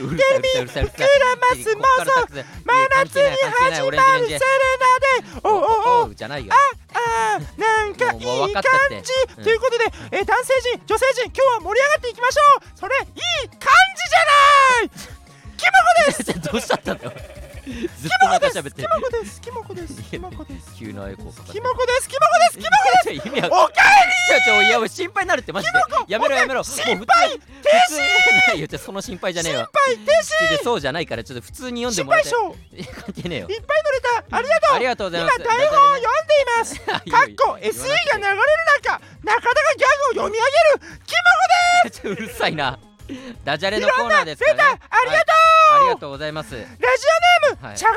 S2: 々
S1: うるさいうるさいうるさいうるさい
S2: 膨らます妄想
S1: 真夏
S2: 夏に始まるセレナでおおお
S1: お
S2: お
S1: うじゃないよ
S2: あーなんかいい
S1: もうもう分か
S2: 感
S1: ったって
S2: じ、
S1: うん
S2: ということで、えー男性陣女性陣今日は盛り上がっていきましょうそれいい感じじゃない
S1: どうしちゃったんだよずっとなんか喋って
S2: キモコですキモコですキモコです
S1: 急なエコーかかって
S2: キモコですキモコですキモコ
S1: 意味わかんない
S2: おかえ
S1: ちょちょいやもう心配になるってマジでやめろやめろ心配停止ないよちょその心配じゃねえよ
S2: り心配停
S1: ちょちょそうじゃないからちょっと普通に読んで
S2: 心
S1: もらいたいい
S2: 配賞
S1: や関係ねえよ
S2: いっぱい乗れたありがとう
S1: ありがとうござい
S2: 今
S1: ます
S2: 台本を読んでいます
S1: ダジャ
S2: か
S1: レ
S2: っ
S1: ね
S2: こ SE が流れる中なかなかギャグを読み上げるキモ
S1: ちょうるさいなダジャレのコーナーですか
S2: コだ
S1: ら、
S2: あ
S1: ね、
S2: りがと
S1: あ
S2: う、
S1: りがとうございますは
S2: ラジオネーム、
S1: い
S2: 茶釜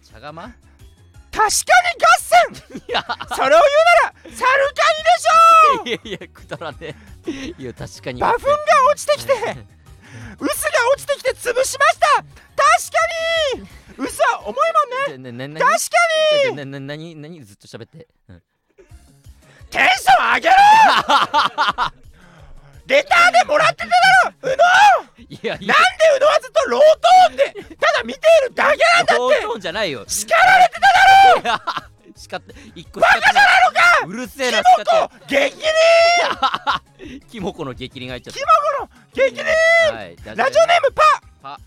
S1: 茶釜
S2: 確か に合戦
S1: いや
S2: それを言うならサルカニでしょ
S1: いやいやくだらねえいや確かに
S2: 馬糞が落ちてきて臼が落ちてきて潰しました確かに嘘は重いもんね
S1: ねねね
S2: 確かに
S1: なな何何ずっと喋って、うん
S2: テンション上げろレターでもらってただろうの
S1: いやいや
S2: なんでうのはずっとロートーンでただ見ているだけなんだ
S1: ロー
S2: っ
S1: トーンじゃないよ
S2: て叱られて
S1: いや 叱って一個バカじゃないのかうるせえな叱
S2: た
S1: っ
S2: の激励
S1: てキモコの激励が入っちゃっ
S2: キモコの激励
S1: たはいダジャレ
S2: ラジオネームパ
S1: パ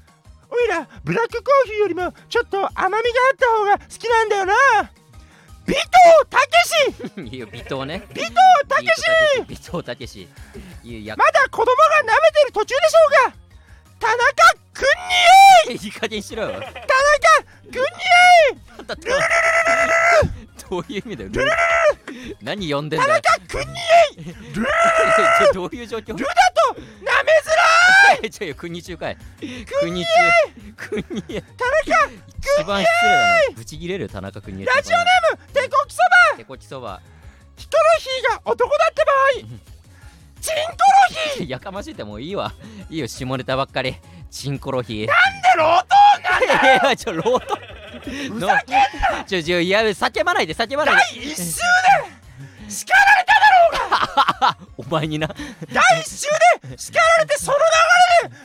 S2: おいらブラックコーヒーよりもちょっと甘みがあった方が好きなんだよな尾藤たけし
S1: いいよ微糖ね
S2: 尾藤たけし
S1: 微糖たけしいやいや
S2: まだ子供が舐めてる途中でしょうか田中くんに
S1: いい加減しろよ
S2: 田中くんに
S1: だってどういう意味だよルル何呼んでんだよ
S2: えいくんに
S1: ちょどういう状況
S2: ルだと舐めづら
S1: いちょいや国中かい国中国へ
S2: い田中
S1: 一番失礼だなブチギレるよ田中国へ
S2: ラジオネーム手こきそば
S1: ムこきそば
S2: ヒコロヒーが男だって場合チンコロヒー
S1: やかましいってもういいわいいよ下ネタばっかりチンコロヒー
S2: でロートーンなんだ
S1: いやちょロートふざけんなちょちょいや叫ばないで叫ばないで
S2: 第一週で叱られただろうが
S1: お前にな
S2: 第1週で叱られてその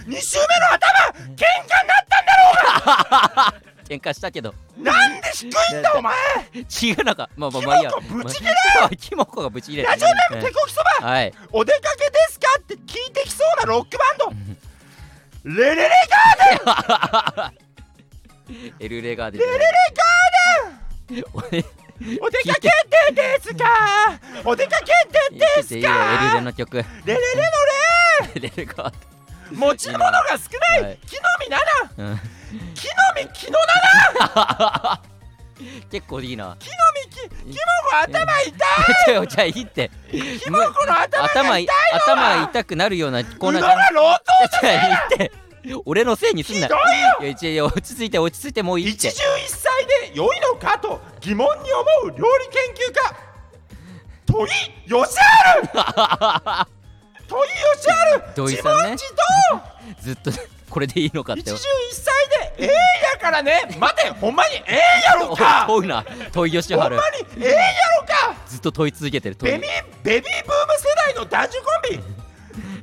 S2: 流れで2週目の頭喧嘩になったんだ
S1: 喧嘩したけど
S2: なんで低いんだお前
S1: 違うのかまあまあまあいいや
S2: キモコぶち切れ
S1: まあキモコがぶち切れ
S2: ラジオネーム手こきそば
S1: はい
S2: お出かけですかって聞いてきそうなロックバンド
S1: エ
S2: レレレ
S1: ルレガーデンレレレガーデン
S2: お出かけでですかお出かけでです
S1: いやエルレ
S2: か
S1: の曲。レ
S2: レレレの
S1: レレコ。
S2: レ持ち物が少ない、
S1: はい
S2: 木の実なら
S1: うん
S2: 木の実木のな
S1: 結構いいな。
S2: 木の実木木の子頭痛い
S1: ちょちょいいって。
S2: 木の子の頭が
S1: 頭
S2: 痛い
S1: い頭痛くなるようなコー
S2: うど
S1: ナー
S2: ん
S1: じ
S2: が
S1: ゃ
S2: 老頭
S1: ちょいいって。俺のせいにすん
S2: ひ
S1: な。
S2: どい
S1: い
S2: よ
S1: やいやいや落ち着いて落ち着いてもういいっ
S2: 一
S1: て
S2: 汁。一菜で良いのかと疑問に思う料理研究家問井義治問
S1: 土
S2: 井義
S1: 井
S2: 治自
S1: さんね
S2: 問自答
S1: ずっとこれでいいのかっ
S2: 一
S1: て
S2: 汁。一菜でええやからね待てほんまにええやろ
S1: お
S2: かほん
S1: 問うな。問い吉
S2: ま
S1: 原
S2: に。ええやろか
S1: ずっと問い続けてる。問
S2: ベ
S1: い
S2: ビーベビーブーム世代の男女コンビ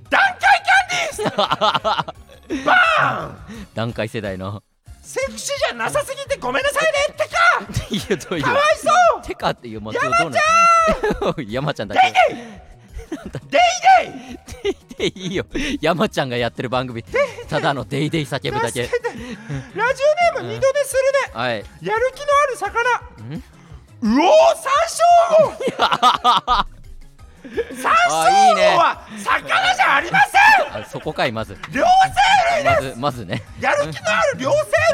S2: 段階キャンディーズ
S1: 段階世代の。
S2: セクシーじゃなさすぎてごめんなさいねってか
S1: いやどういう。
S2: かわいそう
S1: てかっていう松尾どうなの 山ちゃんだ
S2: デイデイデイデイ
S1: けいいよ山ちゃんがやってる番組ただのデイデイ叫ぶだけ
S2: 助けてラジオネーム二度寝するね
S1: はい
S2: やる気のある魚
S1: ん
S2: うおー山椒魚山椒魚は魚じゃありません
S1: あそこかいまず
S2: 両生類
S1: まずまずね
S2: やる気のある両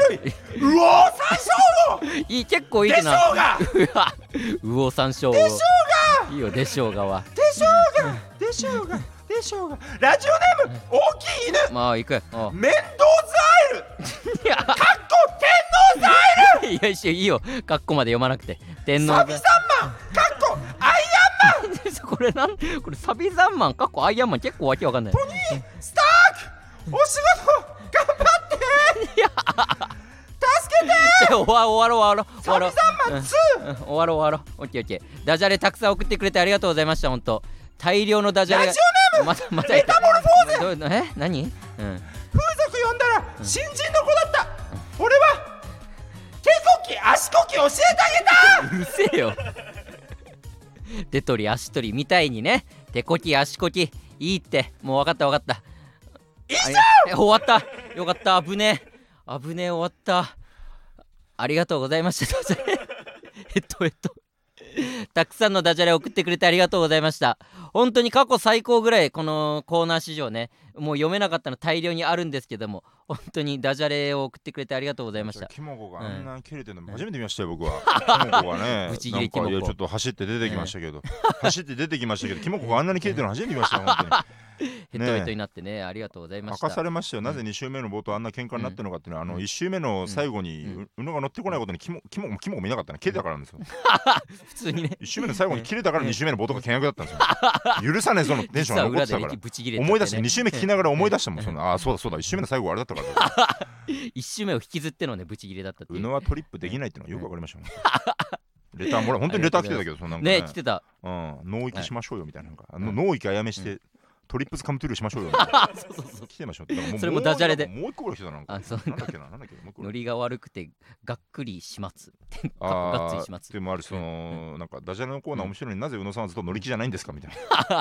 S2: 生類うおー山椒魚
S1: いい結構いい
S2: でしょう
S1: な
S2: が
S1: うわうおさんしょう
S2: でしょうが
S1: いいよでしょうがは
S2: でしょうがでしょうがでしょうがラジオネーム大きい犬
S1: まあ行くおう
S2: メンドーズアイル
S1: いや
S2: かっこ天皇ザイル
S1: いやいいよカッコまで読まなくて天皇
S2: サビサンマンかっこアイアンマン
S1: これなんこれサビザンマンカッコアイアンマン結構わけわかんない
S2: スタークお仕事頑張って
S1: じ
S2: 助けて
S1: ゃあ終わ終わろう終
S2: サ
S1: わろ
S2: ビ
S1: う
S2: サンマン2
S1: うん終わろう終わろう。オッケーオッケー。ダジャレたくさん送ってくれてありがとうございました、本当。大量のダジャレが。
S2: ラジオネーム
S1: またまた
S2: メタモルフォーゼ
S1: どういうのえ何うん。
S2: 風俗呼んだら新人の子だった俺は手こき足こき教えてあげた
S1: うるせえよ。 手取り足取りみたいにね。手こき足こき。いいって。もう分かった分かった。
S2: 以上
S1: え終わった。よかった。危ねえ。危ねえ終わった。ありがとうございました。ダジャレ。 えっとえっと。たくさんのダジャレ送ってくれてありがとうございました。本当に過去最高ぐらいこのコーナー史上ね、もう読めなかったの大量にあるんですけども、本当にダジャレを送ってくれてありがとうございました。
S2: キモコが
S1: うん
S2: あんな切れてるの初めて見ましたよ、僕は。キモコがね、
S1: ブチギレキモコ
S2: なんかいやちょっと走って出てきましたけど、 走って出てきましたけど、キモコがあんなに切れてるの初めて見ましたよ、 本当
S1: ヘトヘトになってね、ありがとうござい
S2: に。
S1: ま
S2: 明
S1: し
S2: かさ
S1: た。
S2: れましたよ、なぜ2週目の冒頭あんな喧嘩になってるのかっていうのは、あの1週目の最後に、
S1: うん
S2: うのが乗ってこないことにキモ、キモコもキモコもいなかったね、切れたからなんですよ。
S1: 普通にね、
S2: 1周目の最後に切れたから2周目の冒頭が険悪だったんで すよ。許さねえそのテンシ
S1: 実
S2: ョンが
S1: は
S2: 残
S1: 裏
S2: っ
S1: で
S2: てた
S1: ね
S2: から。
S1: ブチギレててね
S2: 思い出して2周目聞きながら思い出したもん、そのああ、そうだそうだ、1周目の最後あれだったから。
S1: 一周目を引きずってのね、ブチギレだったっていうう。
S2: のはトリップできないっていうのはよくわかりましたもん。 レターもらう、本当にレター来てたけど、そのなんか
S1: ね、来てた。
S2: うん、脳域しましょうよみたいななんか、あの
S1: うん
S2: 脳域あやめして、トリップスカムトゥールしましょうよみたいな
S1: そうそうそう。
S2: 来てましょうだからう
S1: それもダジャレで
S2: もう一個ぐらい来てたななんか
S1: あそう
S2: なんだっけななんだっけもう一個ぐ
S1: ノ
S2: らい
S1: リが悪くて、がっくりします。
S2: あ
S1: がっつりしま
S2: ー
S1: す
S2: でもあるその、なんかダジャレのコーナー面白いのになぜ宇野さんはずっと乗り気じゃないんですかみたい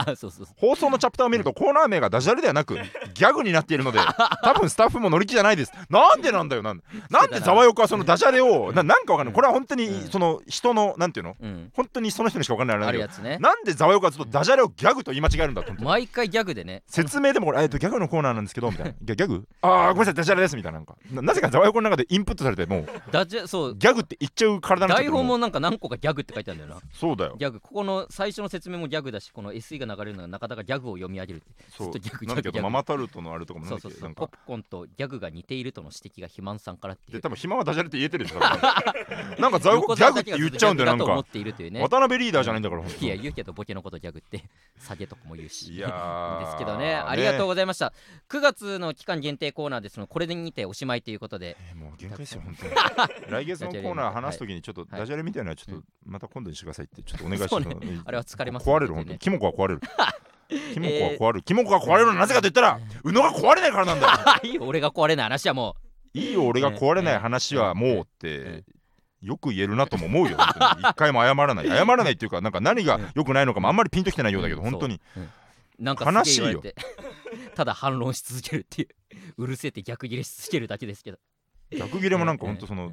S2: な
S1: そうそうそう。
S2: 放送のチャプターを見るとコーナー名がダジャレではなくギャグになっている ので多分スタッフも乗り気じゃないですなんでなんだよなんなんでざわよくはそのダジャレをななんかわかんないこれは本当に
S1: うん
S2: その人のなんていうの
S1: うん。
S2: 本当にその人にしかわかんないあれ
S1: あ
S2: だけ
S1: る
S2: ど
S1: やつね。
S2: なんでざわよくはずっとダジャレをギャグと言い間違えるんだと思って
S1: 毎回ギャグでね。
S2: 説明でもこれ、えっと、ギャグのコーナーなんですけど、み たいな。ギャギャグああ、ごめんなさい、ダジャレです、みたいな。なんかななぜか、ザワヨコの中でインプットされて、もう、
S1: ダジャそう
S2: ギャグって言っちゃう体になっちゃ
S1: 台
S2: って
S1: 本
S2: も
S1: も
S2: う
S1: なんか何個かギャグって書いてあるんだよな。
S2: そうだよ。
S1: ギャグここの最初の説明もギャグだし、この SE が流れるのがなかなかギャグを読み上げるって。
S2: そう
S1: ずっとギャグ
S2: なんだけ
S1: ギャ
S2: ど、
S1: グ
S2: ママタルトのあれとかもな
S1: そ
S2: ん
S1: う
S2: だ
S1: そ
S2: っ
S1: う
S2: け
S1: そ
S2: な
S1: うんポッ
S2: か。
S1: プコーンとギャグが似ているとの指摘が肥満さんからってい
S2: で、
S1: う。
S2: 多分暇はダジャレっ て言えてるでしょ。多分なんか、ザワヨコ
S1: 横
S2: ギャ
S1: 澤
S2: グ
S1: だ
S2: っ
S1: け
S2: て
S1: が
S2: 言っちゃうんだよ、な
S1: ギ
S2: ん
S1: ャグと思
S2: か
S1: っ。ているというね。
S2: 渡辺リーダーじゃないんだから、ほんと
S1: いや、言うけど、ボケのことギャグって、酒とかも言うし。
S2: いやー
S1: ですけどね、ありがとうございました。9月の期間限定コーナーですの、これでにておしまいということ で、
S2: えーもう限界ですよ、本当に。 来月のコーナー話すときに、ちょっと
S1: はい
S2: ダジャレみたいなのちょっとまた今度にしてくださいって、ちょっとお願いして
S1: そうね
S2: うん
S1: あれは疲れますね
S2: 壊れる、本当に。キモコは壊れる。キモコは壊れる。キモコが壊れるのはなぜかと言ったら、宇野が壊れないからなんだよ。
S1: いいよ、俺が壊れない話はも
S2: いいよ、俺が壊れない話はもうって。よく言えるなとも思うよ、本当に一回も謝らない、謝らないっていうか、なんか何が良くないのかもあんまりピンときてないようだけど、
S1: うん
S2: 本当に、
S1: う、なんかすげえ言われて、 ただ反論し続けるっていう、うるせえって逆ギレし続けるだけですけど。
S2: 逆切れもなんか本当そ
S1: うん
S2: の、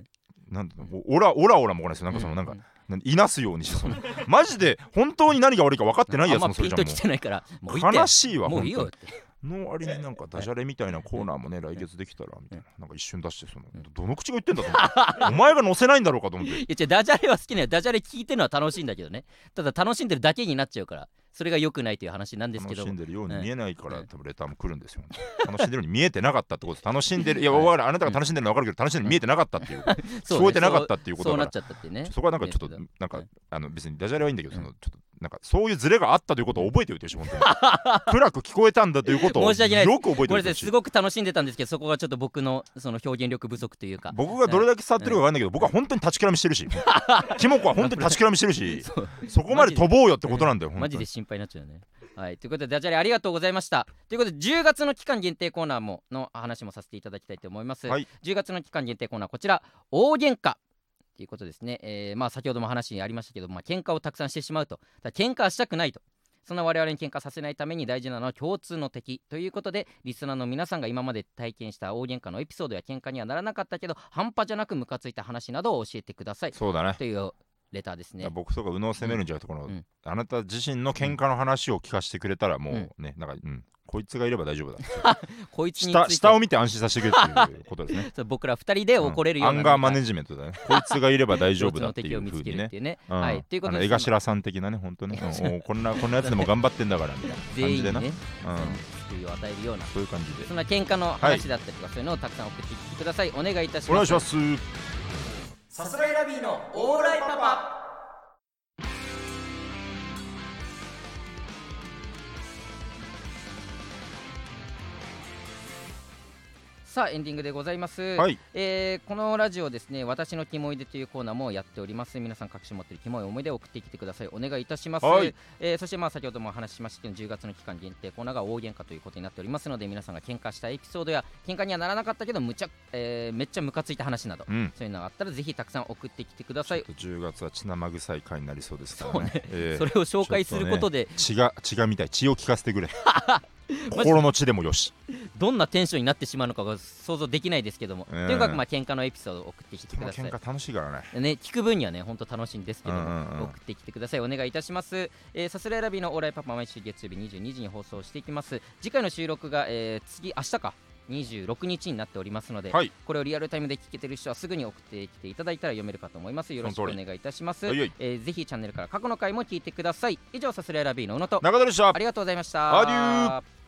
S2: なんていうの、オラオラオラも来ないですよ、なんかその、なんか、なんいなすようにしてそのマジで本当に何が悪いか分かってないやつ
S1: あん
S2: も
S1: ま
S2: それ
S1: ピン
S2: じゃん
S1: ときてないからもういいっ
S2: もう
S1: て
S2: 悲しいわ
S1: もういいよっ
S2: 本
S1: て
S2: 当にの割になんかダジャレみたいなコーナーもね来月できたらみたいななんか一瞬出してその
S1: うん
S2: どの口が言ってんだと思ってお前が載せないんだろうかと思って
S1: いや違うダジャレは好きなよダジャレ聞いてるのは楽しいんだけどねただ楽しんでるだけになっちゃうからそれが良くないという話なんですけ
S2: 楽
S1: ど
S2: しんでるように
S1: うん
S2: 見えないから、
S1: うん
S2: 多分レターも来るんですよ、ね。楽しんでるように見えてなかったってことです。楽しんでる、いや、
S1: はい
S2: わかる、あなたが楽しんでるのは分かるけど、楽しんでるように見えてなかったっていう、聞こえてなかったっていうこと
S1: そう
S2: だか
S1: なっ
S2: ら
S1: ち、ゃったっていうね
S2: そこはなんかちょっと
S1: ね、
S2: なんか
S1: うん、
S2: あの別にダジャレはいいんだけど、
S1: う
S2: そ
S1: ん
S2: の、ちょっと、なんか、そういうズレがあったということを覚えておいてほしい、本当に。暗く聞こえたんだということを、よ
S1: 申し訳ないです
S2: く覚えて
S1: こ
S2: お
S1: れ
S2: いて
S1: で
S2: ほし
S1: す
S2: い。
S1: ごく楽しんでたんですけどそこがちょっと僕のその表現力不足というか
S2: 僕がどれだけ伝わってるか分かんないけど、僕は本当に立ちくらみして るし、キモコは本当に立ちくらみしてるし、
S1: そう
S2: そこまで飛ぼうよってことなんだよ、
S1: マ
S2: 本
S1: ジ
S2: 当
S1: で
S2: に。
S1: 心配になっちゃうよね。はい、ということでダジャレありがとうございました。ということで10月の期間限定コーナーもの話もさせていただきたいと思います。
S2: はい
S1: 10月の期間限定コーナーこちら大喧嘩ということですね。えーまあ先ほども話にありましたけど、まあ喧嘩をたくさんしてしまうと、ただ喧嘩はしたくないと。そんな我々に喧嘩させないために大事なのは共通の敵ということでリスナーの皆さんが今まで体験した大喧嘩のエピソードや喧嘩にはならなかったけど半端じゃなくムカついた話などを教えてください
S2: そうだね。
S1: というレターですね。
S2: 僕とか右脳を責めるんじゃなくてこの、
S1: うん
S2: あなた自身の喧嘩の話を聞かせてくれたらもうね、なんか、うん、こいつがいれば 大丈夫だ
S1: こいつについ
S2: 下
S1: て
S2: 下を見て安心させてくれっていうことですね
S1: そう僕ら二 人で怒れるよう
S2: ア
S1: な、
S2: ンガーマネジメントだ ねこいつがいれば大丈夫だっていう
S1: 共 通の敵を見
S2: ふう
S1: つけ
S2: に
S1: るっ
S2: ね
S1: ていうね。
S2: うん
S1: はい、ということ
S2: あ
S1: で、
S2: の江頭さん的なね 本当ね、うんおこんなこんなやつでも頑張ってんだからみ
S1: そ
S2: たい
S1: の
S2: な感
S1: 全
S2: じ
S1: 員
S2: でな、
S1: ね、
S2: うん、
S1: 救いを与えるような、
S2: そういう感じで
S1: そんな喧嘩の話だったりとか、そういうのをたくさん送ってきてください。お願いいたします。
S2: お願いします
S1: さすらいラビーのオーライパパさあエンディングでございます、
S2: はい
S1: えーこのラジオですね私のキモいでというコーナーもやっております皆さん各種持ってるキモい思い出を送ってきてくださいお願いいたします、
S2: はい
S1: えーそしてまあ先ほどもお話ししましたけど10月の期間限定コーナーが大喧嘩ということになっておりますので皆さんが喧嘩したエピソードや喧嘩にはならなかったけどむちゃ、えーめっちゃムカついた話など
S2: うん
S1: そういうのがあったらぜひたくさん送ってきてください。
S2: 10月は血生臭い回になりそうですからね
S1: そうね
S2: ええ
S1: それを紹介することで、
S2: 血が血がみたい血を聞かせて くれ心の血でもよし
S1: どんなテンションになってしまうのかが想像できないですけども、
S2: うん
S1: とにかくまあ喧嘩のエピソードを送ってきて
S2: 人
S1: く
S2: の
S1: ださ
S2: 喧
S1: い。
S2: 嘩楽しいからね
S1: ね、聞く分にはね、本当楽しいんですけども、
S2: うんうんうん
S1: 送ってきてください。お願いいたします。えーさすらいラビのオーライパパ、毎週月曜日22時に放送していきます。次回の収録が、えー次、明日か。26日になっておりますので、
S2: はい
S1: これをリアルタイムで聞けてる人はすぐに送ってきていただいたら読めるかと思います。よろしくお願いいたします。
S2: はいはい
S1: えーぜひチャンネルから過去の回も聞いてください。以上、さすらいラビの宇野と
S2: 中田でした
S1: ありがとうございました。
S2: アデュ
S1: ー。